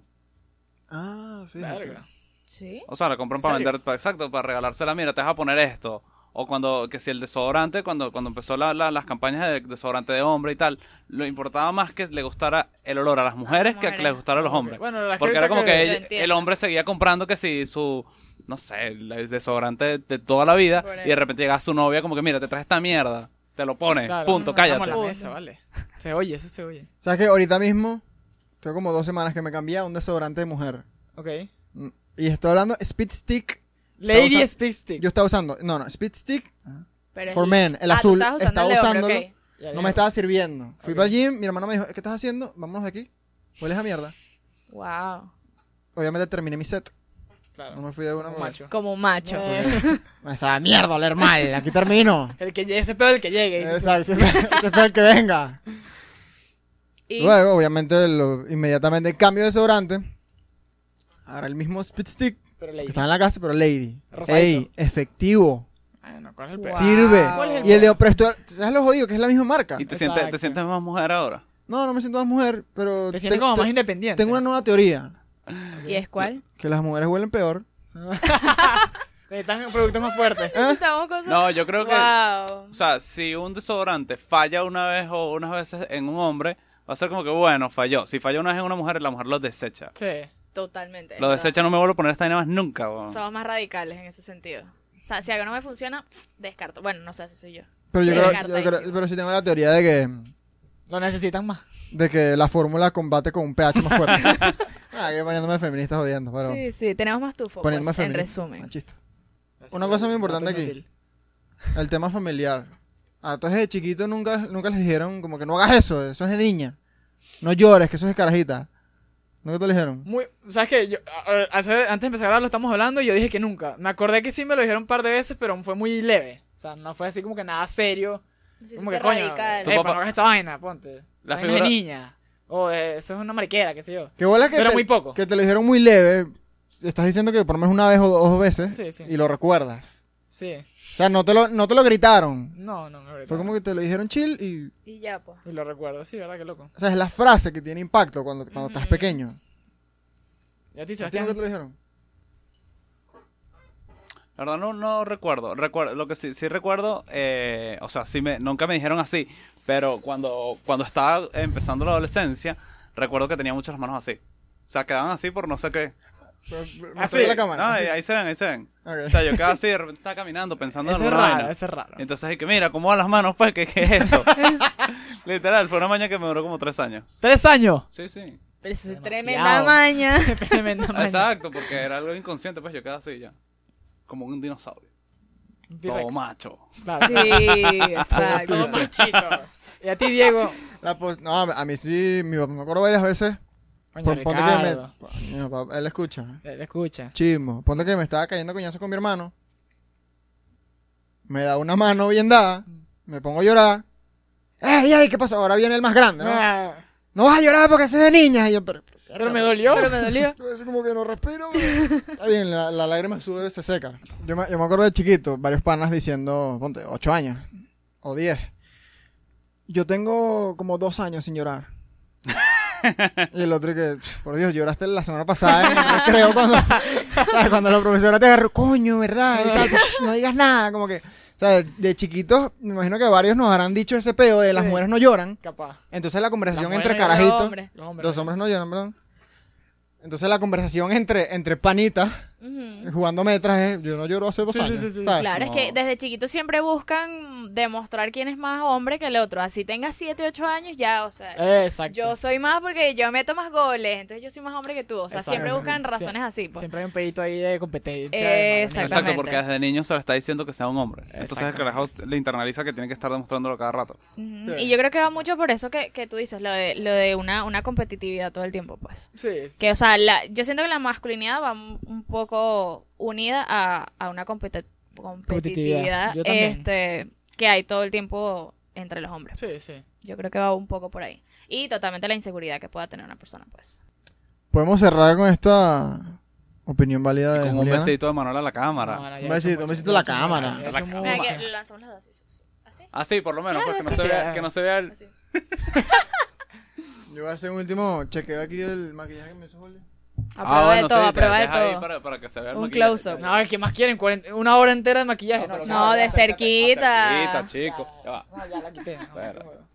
S1: Ah, fíjate.
S2: Verga.
S3: Sí.
S4: O sea, la compran
S2: ¿En
S4: para
S2: serio?
S4: vender, pa- exacto, para regalársela. Mira, te vas a poner esto. O cuando, que si el desodorante, cuando, cuando empezó la- la- las campañas de desodorante de hombre y tal, lo importaba más que le gustara el olor a las mujeres, que a que les
S3: mujeres.
S4: gustara a los hombres.
S2: Bueno, la
S4: Porque era
S2: gente
S4: como que,
S3: Lo
S4: ella-
S3: entiendo.
S4: el hombre seguía comprando que si su, no sé, el desodorante de toda la vida
S3: Por
S4: y de repente llegaba su novia como que, mira, te traes esta mierda, te lo pones,
S2: Claro,
S4: punto,
S2: no
S4: cállate.
S2: echamos la
S3: Punto.
S2: mesa, vale. Se oye, eso se oye.
S1: ¿Sabes que Ahorita mismo, tengo como dos semanas que me cambié a un desodorante de mujer.
S2: Ok.
S1: Mm, Y estoy hablando Speed Stick.
S2: Lady
S1: usa-
S2: Speak Stick.
S1: Yo estaba usando, no, no, Speed Stick
S3: Pero es-
S1: for Men, el
S3: Ah, tú
S1: azul.
S3: estabas usando
S1: Estaba
S3: el de hombre,
S1: usándolo.
S3: ok.
S2: Ya,
S1: No
S2: ya.
S1: me estaba sirviendo. Fui
S2: Ok.
S1: para el gym, mi hermana me dijo, ¿qué estás haciendo? Vámonos de aquí. Hueles a mierda.
S3: Wow.
S1: Obviamente terminé mi set. No
S2: Claro.
S1: me fui de una
S2: Ah. Un
S1: vez.
S2: macho.
S3: Como un macho.
S1: Esa mierda, oler mal. Aquí termino.
S2: El que llegue, ese pedo el que llegue. Y tú-
S1: Exacto, ese fue- ese fue el que venga.
S3: Y
S1: Luego, obviamente, lo- inmediatamente cambio de desodorante. Ahora el mismo Speed Stick
S2: Pero
S1: que
S2: Lady.
S1: está en la casa, pero Lady.
S2: Rosadito.
S1: Ey, efectivo.
S2: Ay, no, ¿cuál es el pedo?
S3: Wow.
S1: Sirve.
S3: ¿Cuál es
S1: Y el de Opresto, ¿sabes lo jodido? Que es la misma marca.
S4: Y te sientes,
S2: Exacto.
S4: te sientes más mujer ahora.
S1: No, no me siento más mujer, pero.
S2: Te sientes
S1: te-
S2: como
S1: te-
S2: más independiente.
S1: Tengo una nueva teoría:
S3: ¿Y es cuál?
S1: que las mujeres huelen peor.
S2: Necesitan productos más fuertes.
S3: Estamos cosas.
S4: No, yo creo que...
S3: Wow.
S4: O sea, si un desodorante falla una vez o unas veces en un hombre, va a ser como que, bueno, falló. Si falló una vez en una mujer, la mujer lo desecha.
S2: Sí.
S3: Totalmente.
S4: Lo
S3: es verdad.
S4: desecha, no me vuelvo a poner esta vaina más nunca, weón.
S3: Somos más radicales en ese sentido. O sea, si algo no me funciona, descarto. Bueno, no sé si soy yo.
S1: Pero yo
S3: Sí,
S1: creo, yo
S3: descartadísimo.
S1: creo- pero sí tengo la teoría de que,
S2: Lo necesitan más.
S1: de que la fórmula combate con un pH más fuerte. ah, que poniéndome feminista jodiendo, pero
S3: Sí, sí, tenemos más tufo. pues,
S1: poniéndome
S3: en
S1: feminista.
S3: resumen.
S1: Machista. Una cosa muy importante aquí. El tema familiar. Ah, entonces de chiquito nunca, nunca les dijeron como que no hagas eso, eso es de niña. No llores, que eso es de carajita. Nunca te lo dijeron.
S2: Muy, ¿Sabes qué? Yo, a- a- hace- antes de empezar a hablar lo estamos hablando y yo dije que nunca. Me acordé que sí me lo dijeron un par de veces, pero fue muy leve. O sea, no fue así como que nada serio.
S3: Sí,
S2: Como
S3: sí,
S2: que,
S3: qué
S2: coño,
S3: radical.
S4: Tu
S2: epa,
S4: papá-
S2: no hagas esa vaina, ponte. La
S4: La
S2: vaina es
S4: figura-
S2: de niña. O eh, eso es una mariquera, qué sé yo.
S1: Que bola que
S2: Pero
S1: te,
S2: muy poco.
S1: Que te lo dijeron muy leve. Estás diciendo que por lo menos una vez o dos veces
S2: Sí, sí.
S1: y lo recuerdas.
S2: Sí.
S1: O sea, no te lo, no te lo gritaron.
S2: No, no, no.
S1: Fue como que te lo dijeron chill y...
S3: Y ya, pues.
S2: Y lo recuerdo, sí, ¿verdad? Qué loco.
S1: O sea, es la frase que tiene impacto cuando, cuando estás
S3: Ujú.
S1: pequeño.
S2: ¿Y
S1: ¿A
S2: a ti,
S1: ti nunca
S2: Sebastián?
S1: te lo dijeron?
S4: La verdad no, no recuerdo. recuerdo. Lo que sí, sí recuerdo, eh, o sea, sí me, nunca me dijeron así, pero cuando, cuando estaba empezando la adolescencia, recuerdo que tenía muchas las manos así. O sea, quedaban así por no sé qué.
S1: Así. la
S4: No,
S1: cámara.
S4: ahí, ahí se ven, ahí se ven.
S1: Ok.
S4: O sea, yo quedaba así, de repente estaba caminando pensando
S2: Ese
S4: en
S2: es
S4: una
S2: raro,
S4: vaina.
S2: ese es raro.
S4: Entonces dije, mira, ¿cómo van las manos? Pues, ¿qué, qué es esto? Literal, fue una maña que me duró como tres años.
S2: ¡Tres años!
S4: Sí, sí.
S3: Pero eso es
S2: Demasiado.
S3: tremenda maña.
S2: Tremenda maña.
S4: Exacto, porque era algo inconsciente, pues yo quedaba así ya. Como un dinosaurio.
S2: Un T-Rex.
S4: Todo macho.
S2: Claro.
S3: Sí,
S2: Todo
S3: exacto.
S2: machito. Y a ti, Diego.
S1: La pos- no, a mí sí, mi papá me acuerdo varias veces.
S2: Coño,
S1: Pon- ponte E. que me-
S2: Ricardo.
S1: Coño, papá, él escucha.
S2: Eh, Escucha.
S1: Chismo. Ponte que me estaba cayendo coñazo con mi hermano. Me da una mano bien dada. Me pongo a llorar. ¡Ey, ey! ¿Qué pasó? Ahora viene el más grande, ¿no?
S2: Ah,
S1: No vas a llorar porque ese es de niña. Y yo, pero, pero,
S2: Pero me dolió.
S3: Pero me dolió.
S1: Entonces, como que no respiro. Está bien, la, la lágrima sube, se seca. Yo me, yo me acuerdo de chiquito, varios panas diciendo, ponte, 8 años o 10. Yo tengo como dos años sin llorar. y el otro que, "Pss, por Dios, lloraste la semana pasada en el recreo cuando, ¿sabes? cuando la profesora te agarró, coño, ¿verdad? Y tal, "Shh, no digas nada, como que, o sea, de chiquitos, me imagino que varios nos habrán dicho ese peo de las
S2: Sí.
S1: mujeres no lloran.
S2: Capaz. Eh,
S1: Entonces la conversación
S3: Bueno,
S1: entre
S3: yo era
S1: carajitos...
S3: hombre.
S2: Los hombres.
S1: Los hombres no lloran, perdón. Entonces la conversación entre, entre panitas
S3: Ujú.
S1: jugando metras es, yo no lloro hace dos
S2: Sí, sí,
S1: años.
S2: sí, sí.
S1: ¿sabes?
S3: Claro, es que
S4: No.
S3: desde chiquito siempre buscan demostrar quién es más hombre que el otro. Así tenga 7, 8 años, ya, o sea,
S2: Exacto.
S3: yo soy más porque yo meto más goles, entonces yo soy más hombre que tú. O sea,
S2: Exacto.
S3: siempre buscan
S2: Sí.
S3: razones así. Pues.
S2: Siempre hay un pedito ahí de competencia.
S3: Eh,
S2: de manera.
S4: Exacto,
S3: Exactamente.
S4: porque desde niño se le está diciendo que sea un hombre. Entonces el carajo le internaliza que tiene que estar demostrándolo cada rato.
S3: Ujú.
S1: Sí.
S3: Y yo creo que va mucho por eso que, que tú dices, lo de, lo de una, una competitividad todo el tiempo, pues.
S2: Sí. sí.
S3: Que, o sea, la- yo siento que la masculinidad va un un poco unida a, a una competi- competitividad,
S2: Yo también.
S3: este, que hay todo el tiempo entre los hombres. pues.
S2: Sí, sí.
S3: Yo creo que va un poco por ahí. Y totalmente la inseguridad que pueda tener una persona, pues.
S1: Podemos cerrar con esta opinión válida de
S4: Con un
S1: Juliana?
S4: besito de Manuel a la cámara.
S2: Cámara,
S1: Un
S2: ya he
S1: besito,
S2: hecho
S1: un
S2: mucho-
S1: besito a
S2: ya
S1: la
S2: he hecho mucho,
S1: cámara.
S2: ya he hecho
S4: La
S2: mucho.
S4: cámara.
S3: Mira, que lanzamos las dos. ¿Así?
S4: Así, por lo menos,
S3: Claro,
S4: pues, que, no
S3: sí,
S4: se
S2: sí.
S4: vea, que no se vea el...
S3: Así.
S1: Yo voy a hacer un último chequeo aquí del maquillaje que me hizo Julia.
S3: A
S4: Ah,
S3: prueba de todo, a prueba de todo.
S4: Para, para que se vea el
S3: Un
S4: maquillaje.
S3: close-up.
S2: No, ¿qué más quieren? Cuarenta- una hora entera de maquillaje. No,
S4: pero
S2: chao.
S3: No, de
S4: acércate,
S3: cerquita.
S4: acércate, chico. Ya va.
S2: No, ya la quité. no,
S4: Bueno.
S2: no, no.